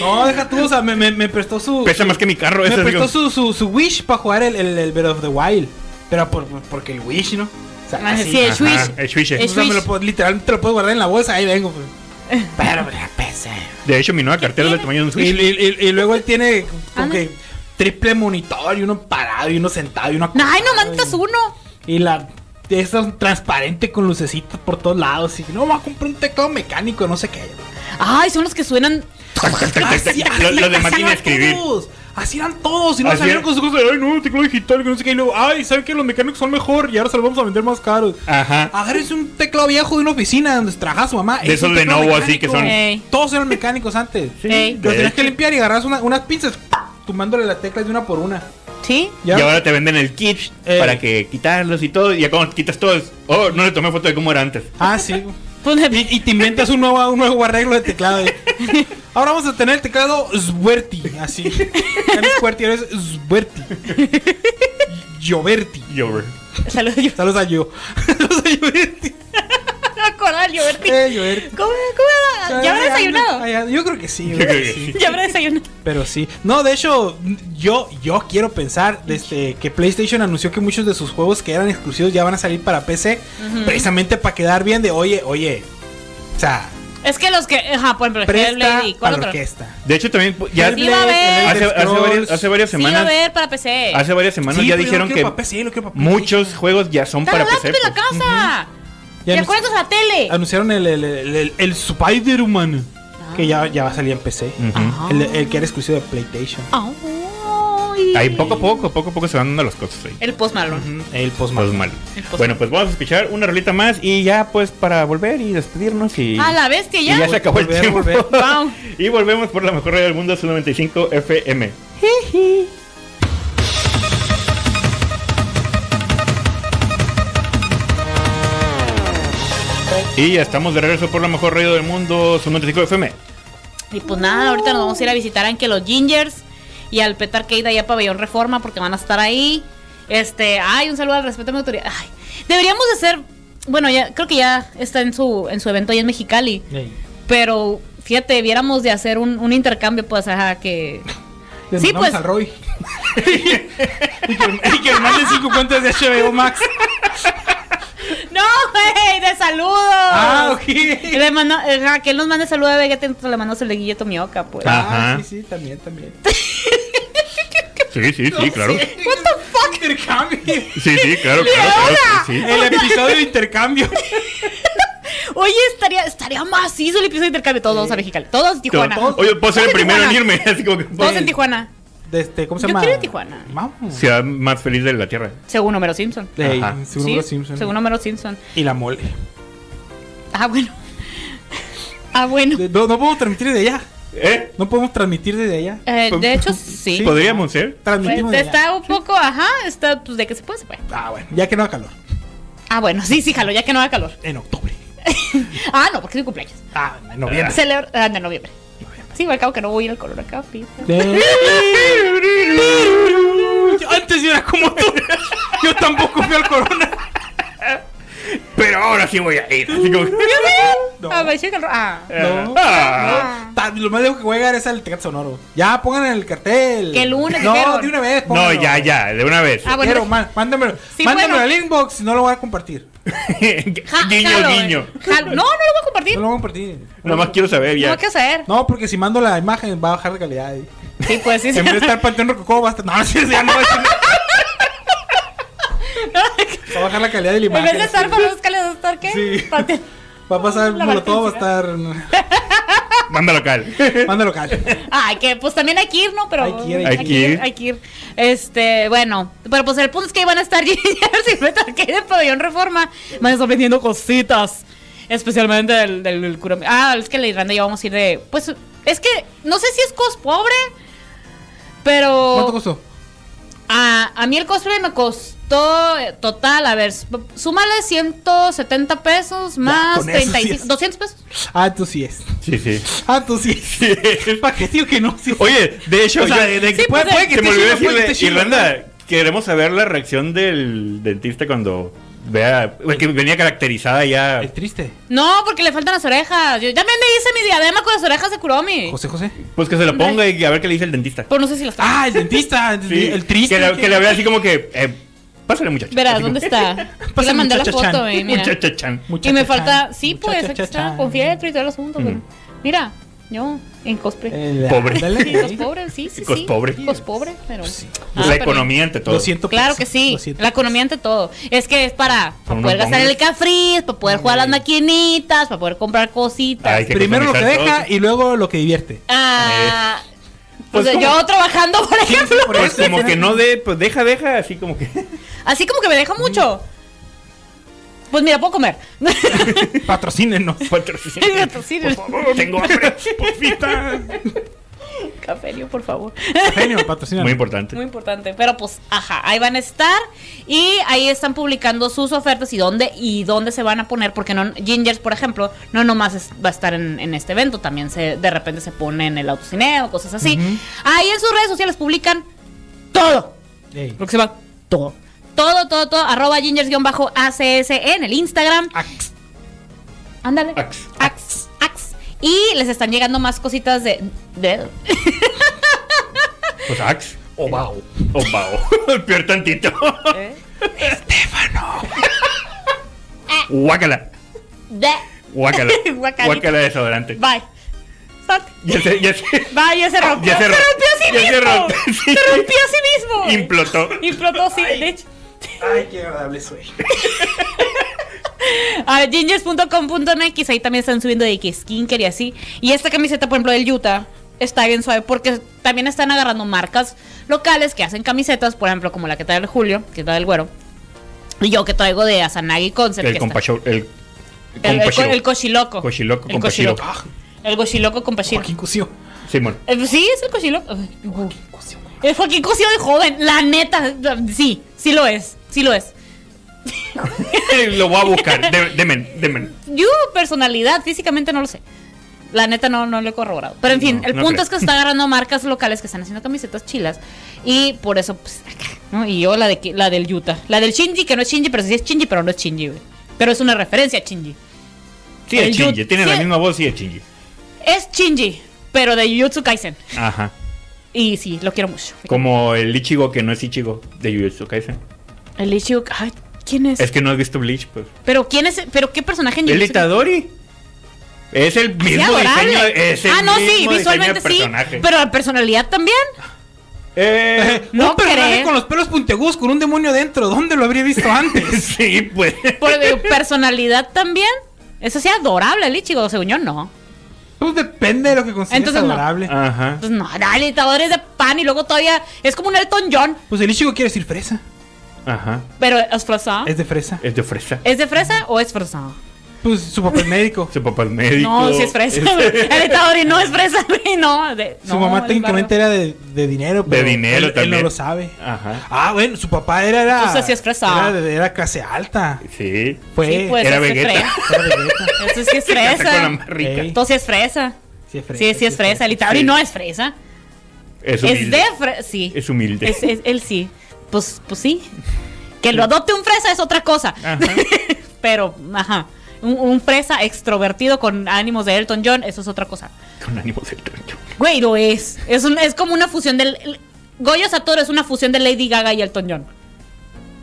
S4: No, deja tú, o sea, me, me, me prestó su.
S1: Pesa más que mi carro.
S4: me
S1: ese, digo.
S4: prestó su, su, su Wish para jugar el, el, el Breath of the Wild. Pero por, por- porque el Wish, ¿no? O sea,
S2: Ah,
S4: así.
S2: sí, el
S1: Ajá,
S2: Switch.
S1: el Switch.
S4: O
S2: Es-
S4: sea, me lo puedo- literalmente te lo puedo guardar en la bolsa, ahí vengo. Pues. Pero me la pesa.
S1: De hecho, mi nueva cartera es del tamaño de un
S4: Y,
S1: Switch.
S4: y- y- y luego él tiene como
S2: Anda.
S4: que triple monitor y uno parado y uno sentado y uno acostado
S2: Ay, no mandas
S4: y-
S2: uno.
S4: Y la es transparente con lucecitas por todos lados. Y no, voy a comprar un teclado mecánico, no sé qué.
S2: Ay, son los que suenan.
S4: Así-
S1: Lo-
S4: así
S1: Lo de máquina
S4: eran
S1: de escribir.
S4: todos, Así eran todos. Y no
S1: Así
S4: salieron
S1: era.
S4: con su cosa de, ay, no, teclado digital, que no sé qué. Y luego, ay, ¿saben que los mecánicos son mejor? Y ahora se los vamos a vender más caros.
S1: Ajá.
S4: Agárrense un teclado viejo de una oficina donde trabajaba su mamá.
S1: De
S4: es
S1: esos
S4: un
S1: de
S4: teclado
S1: Novo, así
S4: mecánico.
S1: que son-
S2: Ey.
S4: Todos eran mecánicos antes.
S1: Sí,
S2: Ey.
S1: de
S4: Los tenías
S1: hecho.
S4: que limpiar y agarras una- unas pinzas, tumbándole las teclas de una por una.
S2: ¿Sí?
S1: Y ahora te venden el kit
S4: Eh.
S1: para que quitarlos y todo. Y ya cuando quitas todo, es, oh, no le tomé foto de cómo era antes.
S4: Ah, sí.
S2: Pues le-
S4: Y, y te inventas un nuevo, un nuevo arreglo de teclado. eh. Ahora vamos a tener el teclado Swerty, así. Ya no es QWERTY, ahora es Swerty. Lloverti.
S1: Yo,
S2: Saludos, yo.
S4: Saludos a yo. Saludos a Lloverti.
S2: Me acuerdo del Lloberti.
S4: Eh, Lloverti.
S2: ¿Cómo, cómo era? ¿Ya habrá
S4: Ay,
S2: desayunado?
S4: ay, ay, Yo creo que sí.
S1: Yo
S4: güey,
S1: creo que
S4: sí.
S1: sí.
S2: ¿Ya habrá desayunado?
S4: Pero sí. No, de hecho, yo, yo quiero pensar desde que PlayStation anunció que muchos de sus juegos que eran exclusivos ya van a salir para PC. Precisamente para quedar bien de, oye, oye. O sea,
S2: Es que los que. Ajá, por ejemplo,
S4: presta
S2: Hellblade y
S4: para
S2: ¿cuál
S4: la
S2: otro?
S4: orquesta.
S1: De hecho, también pu- ya
S2: Sí, va a haber.
S1: hace, hace varias, hace varias
S2: Sí, va a
S1: semanas.
S2: ver para PC.
S1: hace varias semanas ya dijeron que muchos juegos ya son para
S2: ¡Está
S1: PC.
S2: en la
S1: pues. Ah,
S2: casa!
S4: Ya
S2: ¿Te
S4: no-
S2: acuerdas de la tele?
S4: anunciaron el, el, el, el- el Spider-Man que ya, ya va a salir en PC.
S1: Ujú.
S4: El, el que era exclusivo de PlayStation.
S2: Ay.
S1: Ahí poco a poco, poco a poco se van dando las cosas ahí.
S2: El post Malone.
S4: El post
S1: Pues mal.
S2: El post-
S1: Bueno, pues vamos a escuchar una rolita más y ya pues para volver y despedirnos y...
S2: A la bestia
S1: y
S2: ya.
S1: ya se acabó el
S4: Volver,
S1: tiempo.
S4: volver.
S2: Wow.
S1: y volvemos por la mejor radio del mundo, su 95 FM. Y ya estamos de regreso por la mejor radio del mundo, su 95 FM.
S2: Y pues nada, ahorita nos vamos a ir a visitar a los Gingers y al Petar Keita allá a Pabellón Reforma porque van a estar ahí. Este, ay, un saludo al respeto a mi autoridad. Ay, deberíamos de hacer, bueno, ya creo que ya está en su en su evento ahí en Mexicali, pero fíjate, debiéramos de hacer un, un intercambio pues ajá que
S4: Les
S2: Sí,
S4: mandamos
S2: pues.
S4: al Roy. y que, y que manden cinco cuentas de HBO Max.
S2: No, güey, de saludos.
S4: Ah, ok.
S2: Le mandó, eh, Raquel nos manda saludos a Vegeta, entonces le mandamos el de Guille Tomioka, pues.
S1: Ah.
S4: Ah,
S1: Ajá.
S4: sí, sí, también, también.
S1: Sí, sí, sí, claro.
S4: What the fuck? Intercambio.
S1: Sí, sí, claro, claro. claro, sí.
S4: El episodio de intercambio.
S2: Oye, estaría, estaría macizo el episodio de intercambio. Todos a Mexicali, todos en Tijuana.
S4: Todos-
S1: Oye, puedo ser el
S2: Todos en
S1: primero en
S2: Tijuana.
S1: irme. Así como que,
S2: Todos en Tijuana,
S4: De este, ¿Cómo se
S2: Yo
S4: llama?
S2: quiero ir a Tijuana.
S4: Vamos.
S1: Sea más feliz de la tierra.
S2: según Homero Simpson.
S4: Ey,
S1: Ajá.
S4: según
S2: Sí,
S4: los Simpson.
S2: Según Homero Simpson.
S4: Y la mole.
S2: Ah, bueno. Ah, bueno.
S4: De- No, no podemos transmitir desde allá.
S1: ¿Eh?
S4: No podemos transmitir desde allá.
S2: Eh, de hecho, sí.
S1: ¿Podríamos ser?
S2: Pues,
S4: Transmitimos desde allá.
S2: está un poco, ajá, está, pues de que se puede, se puede.
S4: Ah, bueno. Ya que no da calor.
S2: Ah, bueno, sí, sí, jalo, ya que no haga calor.
S4: En octubre.
S2: Ah, no, porque es mi cumpleaños.
S4: Ah, en noviembre.
S2: Celebra. Ah, de noviembre. Sí, al cabo que no voy a ir al color acá, pita.
S4: Yo Antes yo era como tú. Yo tampoco fui al corona.
S1: Pero ahora sí voy a ir. Así como que-
S4: No.
S2: Ah, me llega el ro- Ah.
S4: No.
S1: Ah.
S4: Ta- Lo más lejos que voy a llegar es al Tecate Sonoro. Ya, pongan en el cartel.
S2: Que el lunes
S4: No,
S2: dijeron.
S4: de una vez.
S1: No,
S4: pónganlo.
S1: ya, ya, de una vez.
S2: Ah, bueno.
S4: Quiero, má- mándamelo.
S2: Sí,
S4: mándamelo
S2: bueno.
S4: al inbox, si no lo voy a compartir.
S2: Ja-
S1: guiño,
S2: jalo, eh.
S1: guiño.
S2: Jalo. No, no lo voy a compartir.
S4: No
S2: No
S4: lo voy a compartir.
S1: Nomás quiero saber
S2: lo
S1: ya.
S2: voy a hacer.
S4: No, porque si mando la imagen va a bajar de calidad. y-
S2: Sí, pues sí. sí.
S4: En vez de estar Panteón Rococó, va a estar. No, sí, ya no va a estar- Va a bajar la calidad de la
S2: En
S4: imagen.
S2: vez de estar para los escaleras, va a estar qué?
S4: Ah, Sí.
S2: Pate-
S4: Va a pasar
S2: La
S4: Molotov, va a
S2: marquesina.
S4: estar.
S1: Manda local.
S4: Mándalo callo.
S2: Ay, que pues también hay que ir, ¿no? Pero
S4: Hay que ir, hay
S1: que ir.
S2: hay que ir. Este, bueno, pero pues el punto es que ahí van a estar Gigi Evers y Beto Arquette en Pabellón Reforma. Van a estar vendiendo cositas. Especialmente del, del, del cura. Ah, es que la Irlanda ya vamos a ir de. Pues es que no sé si es cos pobre, pero.
S4: ¿Cuánto costó?
S2: A, a mí el cosplay me costó eh, total, a ver, s- súmale 170 pesos más
S4: con eso sí
S2: 35,
S4: es.
S2: 200 pesos.
S4: Ah, tú sí es.
S1: Sí, sí.
S4: Ah, tú sí es. ¿Para qué digo que no? Sí es.
S1: Oye, de hecho,
S4: O sea,
S1: yo-
S4: de- de-
S2: Sí, puede- pues, puede que
S1: se me
S4: esté
S1: olvidó
S4: chido, puede que
S1: decirle,
S4: esté chido,
S1: Irlanda, queremos saber la reacción del dentista cuando vea pues, que venía caracterizada ya.
S4: Es triste.
S2: No, porque le faltan las orejas. Yo ya me hice mi diadema con las orejas de Kuromi.
S4: José José.
S1: Pues que se la ponga y a ver qué le dice el dentista.
S2: Pero no sé si las trae.
S4: Ah, el dentista. El,
S1: Sí,
S4: el triste.
S1: Que la, que la vea así como que. Eh, pásale, muchacho.
S2: Verás,
S1: Así como-
S2: ¿dónde está? Yo
S4: Pásale,
S2: le mandé la
S4: muchacha
S2: foto,
S4: Chan.
S2: eh, mira.
S1: Muchacha chan.
S2: Y me
S4: Muchacha
S2: falta,
S4: Chan,
S2: sí, pues,
S4: muchacha
S2: aquí está,
S4: Chan. Mm.
S2: con fieltro y todo el asunto.
S1: Ujú.
S2: pero- Mira, yo, en cosplay.
S4: El-
S1: Pobre.
S4: Eh, ándale.
S2: Sí, los pobres, sí, sí, sí.
S1: Cospobre.
S2: Cospobre, pero...
S4: Pues Sí.
S2: Ah,
S1: la
S2: pero-
S1: economía ante todo.
S4: Lo siento.
S2: Claro
S4: pues,
S2: que sí,
S4: lo siento.
S2: la economía ante todo. Es que es para, para
S1: unos
S2: poder gastar
S1: bongos.
S2: el cafriz, para poder jugar a las maquinitas, para poder comprar cositas.
S1: Ay, que
S4: Primero lo que
S1: economizar
S4: deja
S1: todo.
S4: y luego lo que divierte.
S2: Ah,
S1: Pues,
S2: o sea,
S1: ¿cómo?
S2: yo trabajando, por ejemplo.
S4: por
S1: Pues
S4: eso.
S1: como que no de. Pues deja, deja. Así como que.
S2: Así como que me deja mucho. Pues mira, puedo comer.
S4: Patrocínenos.
S1: Por favor, tengo hambre. Porfita.
S2: Cafelio, por favor.
S4: Genio, patrocínenos.
S1: Muy importante.
S2: Muy importante. Pero pues, ajá, ahí van a estar. Y ahí están publicando sus ofertas y dónde, y dónde se van a poner. Porque no, Gingers, por ejemplo, no nomás es- va a estar en, en este evento. También se, de repente se pone en el autocineo, cosas así. Ahí en sus redes sociales publican todo.
S4: Ey.
S2: Lo que se va todo. Todo, todo, todo. Arroba gingers-acs E en el Instagram.
S4: Ax.
S2: Ándale.
S1: Ax.
S2: Ax. Ax. Y les están llegando más cositas de. de
S1: Pues Ax. O Bao. O Bao. Peor tantito.
S2: ¿Eh?
S1: Guácala.
S2: de-
S1: Guácala.
S2: Guacarita.
S1: Guácala desodorante.
S2: Bye. Salte.
S1: Ya se, ya se,
S2: Bye, ya se rompió.
S1: Ya se
S2: se,
S1: ro-
S2: rompió a sí
S1: ya se
S2: mismo.
S1: rompió, sí.
S2: Se rompió a sí mismo.
S1: implotó.
S2: Implotó, sí. De hecho.
S4: Ay, qué agradable soy.
S2: A gingers.com.mx, ahí también están subiendo de que skinker y así. Y esta camiseta, por ejemplo, del Utah, está bien suave porque también están agarrando marcas locales que hacen camisetas, por ejemplo, como la que trae el Julio, que es la del Güero. Y yo que traigo de Asanagi Concept.
S1: El
S2: que está-
S1: compacho. El.
S2: el, el, co-
S1: compashiro.
S2: el cochiloco.
S1: Cochiloco,
S2: El
S1: compashiro.
S2: cochiloco. El cochiloco con pachiro.
S4: Ah, Joaquín Cusio.
S1: Simón.
S2: Eh, Sí, es el cochiloco. Es Joaquín Cosío de joven, la neta. Sí, sí lo es, sí lo es.
S1: Lo voy a buscar. De- Demen, demen.
S2: Yo, personalidad, físicamente no lo sé. La neta no, no lo he corroborado. Pero en fin,
S1: No,
S2: el
S1: no
S2: punto
S1: creo.
S2: es que se está agarrando marcas locales que están haciendo camisetas chilas. Y por eso, pues, acá, ¿no? Y yo la, de, que- la del Utah. La del Shinji, que no es Shinji, pero sí es Shinji, pero no es Shinji, güey. Pero es una referencia a Shinji.
S1: Sí, es
S2: El
S1: chingy.
S2: yut-
S1: Tiene la
S2: sí.
S1: misma voz y es chingy.
S2: Es Shinji, pero de Jujutsu Kaisen.
S1: Ajá.
S2: Y sí, lo quiero mucho.
S1: Como el Ichigo que no es Ichigo de Jujutsu Kaisen.
S2: El Ichigo, ay, ¿Quién es?
S1: Es que no has visto Bleach, pues.
S2: Pero quién es, pero qué personaje en
S1: El
S2: Jujutsu-
S1: Itadori. Es el
S2: Sí,
S1: mismo
S2: adorable.
S1: diseño. eh, Es el
S2: ah, no, sí,
S1: mismo diseño de
S2: visualmente sí.
S1: personaje.
S2: Pero la personalidad también.
S1: Eh,
S2: No
S4: un personaje
S2: creo.
S4: con los pelos puntegudos, con un demonio dentro. ¿Dónde lo habría visto antes?
S1: sí, pues.
S2: Por digo, personalidad también. Eso sí, adorable el Ichigo, según yo, no.
S4: Pues depende de lo que consideres
S2: Entonces, no.
S4: adorable.
S1: Ah. Ajá.
S2: Pues no, dale, Itadori es de pan y luego todavía es como un Elton John,
S4: Pues el Ichigo quiere decir fresa.
S1: Ajá.
S2: pero es fresa.
S4: Es de fresa.
S1: Es de fresa.
S2: ¿Es de fresa o es fresa?
S4: Pues su papá es médico.
S1: Su papá es médico.
S2: No, sí es fresa. güey. El Itadori no es fresa, güey, no. de-
S4: Su
S2: no,
S4: mamá
S2: el
S4: técnicamente
S2: barrio.
S4: era de, de dinero, pero
S1: dinero
S4: él, él
S1: también.
S4: no lo sabe.
S1: Ajá.
S4: Ah, bueno, su papá era. era
S2: Entonces Pues, sí es fresa.
S4: Era, de- era clase alta.
S1: Sí.
S4: Fue.
S2: Sí, pues
S1: Era
S2: es de
S1: Vegeta.
S2: fresa.
S4: era belleza.
S2: Eso sí es
S1: Se casa con la
S2: fresa.
S1: más rica.
S4: Ey.
S2: Entonces sí es fresa.
S4: Sí, es
S2: Sí, sí es fresa. El Itadori
S1: Sí.
S2: no es fresa.
S1: Es humilde.
S2: Es de fresa. Sí.
S1: Es humilde.
S2: Es, es- él sí. Pues, pues sí. Que lo adopte un fresa es otra cosa.
S1: Ajá.
S2: Pero, ajá. Un, un fresa extrovertido con ánimos de Elton John, eso es otra cosa.
S1: Con ánimo del troncho.
S2: Güey, lo es. Es, un- es como una fusión del. el- Goyo Satoru es una fusión de Lady Gaga y Elton John.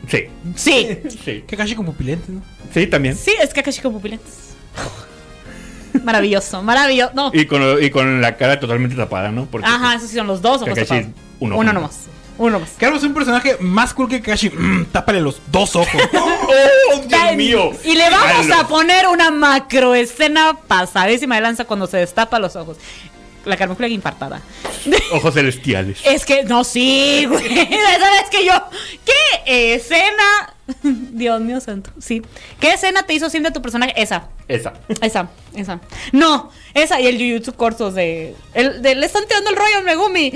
S1: Sí.
S2: Sí.
S1: Sí.
S4: Que casi como pupilente, ¿no?
S1: Sí, también.
S2: Sí, es Kakashi con pupilentes. Maravilloso, maravilloso. No.
S1: Y con, y con la cara totalmente tapada, ¿no? Porque
S2: Ajá, esos sí son los dos. ojos
S1: Kakashi,
S2: tapados.
S1: un ojo.
S2: Uno nomás. Uno más.
S4: Carlos es un personaje más cool que Kashi. Mm, tápale los dos ojos.
S1: ¡Oh, Dios mío!
S2: Y le vamos
S1: Malo.
S2: a poner una macro escena pasadísima de lanza cuando se destapa los ojos. La carmúncula infartada.
S1: Ojos celestiales.
S2: Es que, no, sí, güey. Esa vez que yo. ¿Qué escena? Dios mío santo. Sí. ¿Qué escena te hizo siempre tu personaje? Esa.
S1: Esa.
S2: Esa, esa. No, esa y el Jujutsu Corsos de, el, de. Le están tirando el rollo al Megumi.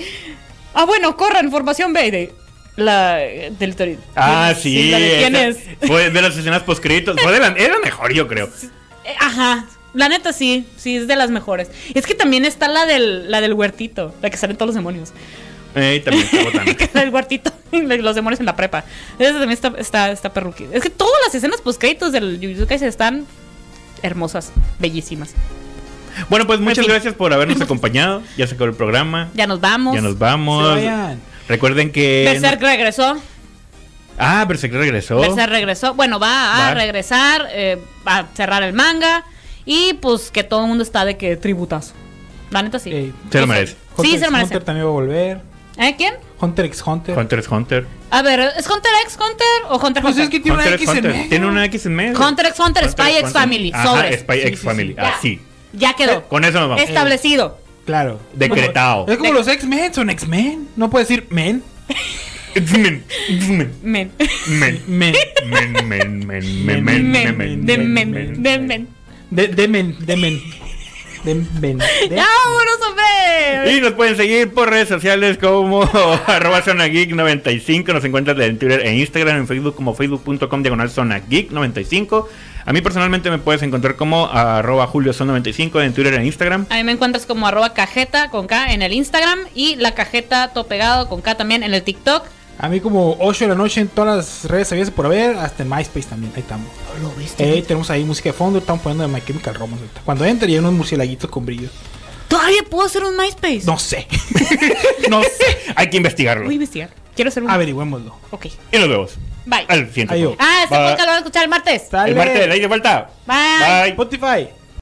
S2: Ah, bueno, corran, formación B. De, la. Del tori-
S1: Ah, sí.
S2: la de quién
S1: esa.
S2: es.
S1: Fue de las escenas poscritos. Fue de la, era mejor, yo creo.
S2: Eh, Ajá. La neta sí, sí, es de las mejores. Es que también está la del, la del huertito, la que salen todos los demonios.
S1: Eh, también está botana.
S2: la del huertito, la- los demonios en la prepa. Esa también está, está, está perruqui. Es que todas las escenas post-créditos del Jujutsu Kaisen están hermosas, bellísimas.
S1: Bueno, pues muchas
S2: En fin.
S1: gracias por habernos acompañado. Ya se acabó el programa.
S2: Ya nos vamos.
S1: Ya nos vamos.
S4: Se vayan.
S1: Recuerden que.
S2: Berserk regresó.
S1: Ah, Berserk regresó.
S2: Berserk regresó. Bueno, va a
S1: Va.
S2: regresar, eh, a cerrar el manga. Y pues que todo el mundo está de que tributazo. La neta sí.
S4: Ey,
S1: Se lo merece.
S2: Sí,
S4: Hunter
S2: se
S4: x
S2: lo merece.
S4: Hunter también va a volver.
S2: ¿Eh? ¿Quién?
S4: Hunter x Hunter.
S1: Hunter x Hunter.
S2: A ver, ¿es Hunter X Hunter o Hunter
S4: Pues
S2: Hunter?
S4: es que tiene
S1: Hunter
S4: una
S1: x
S4: X en
S1: Hunter.
S4: medio.
S1: Tiene una X en medio.
S2: Hunter x Hunter, Spy
S1: x
S2: x Family.
S1: Ajá,
S2: Sobres.
S1: Spy
S4: Sí, sí,
S1: x
S4: sí.
S1: Family.
S2: Ya.
S1: Así.
S2: Ya quedó.
S1: Con eso nos vamos.
S2: Establecido.
S4: Claro.
S1: Decretado.
S4: Es como los X-Men, son X-Men. No puedes decir men.
S1: Men, men,
S2: Men.
S1: men,
S4: Men.
S1: men, men, men, men, men, men,
S2: Men.
S1: men,
S2: De
S1: men,
S2: men. De men.
S4: De, de men. De men. De men. De-
S2: ¡Ya, vámonos, hombre!
S1: Y nos pueden seguir por redes sociales como arroba zonageek95, nos encuentran en Twitter e Instagram, en Facebook como facebook.com diagonal zonageek95. A mí personalmente me puedes encontrar como arroba juliozon95 en Twitter e Instagram.
S2: A mí me encuentras como arroba cajeta con K en el Instagram y la cajeta todo pegado con K también en el TikTok.
S4: A mí como 8 de la noche en todas las redes sabías por haber, hasta en MySpace también, ahí estamos. Eh, tenemos ahí música de fondo, estamos poniendo de My Chemical Romance ahorita. Cuando entre ya unos murcielaguitos con brillo.
S2: ¿Todavía puedo hacer un MySpace?
S4: No sé,
S1: No sé, hay que investigarlo.
S2: Voy a investigar. Quiero hacer un.
S4: averigüémoslo.
S2: Ok.
S1: Y nos vemos.
S2: Bye.
S1: Al siguiente.
S4: Adiós.
S1: programa.
S2: Ah, este
S1: Bye.
S2: podcast lo van a escuchar el martes.
S1: El martes de ahí de vuelta.
S2: Bye.
S1: Bye.
S4: Spotify.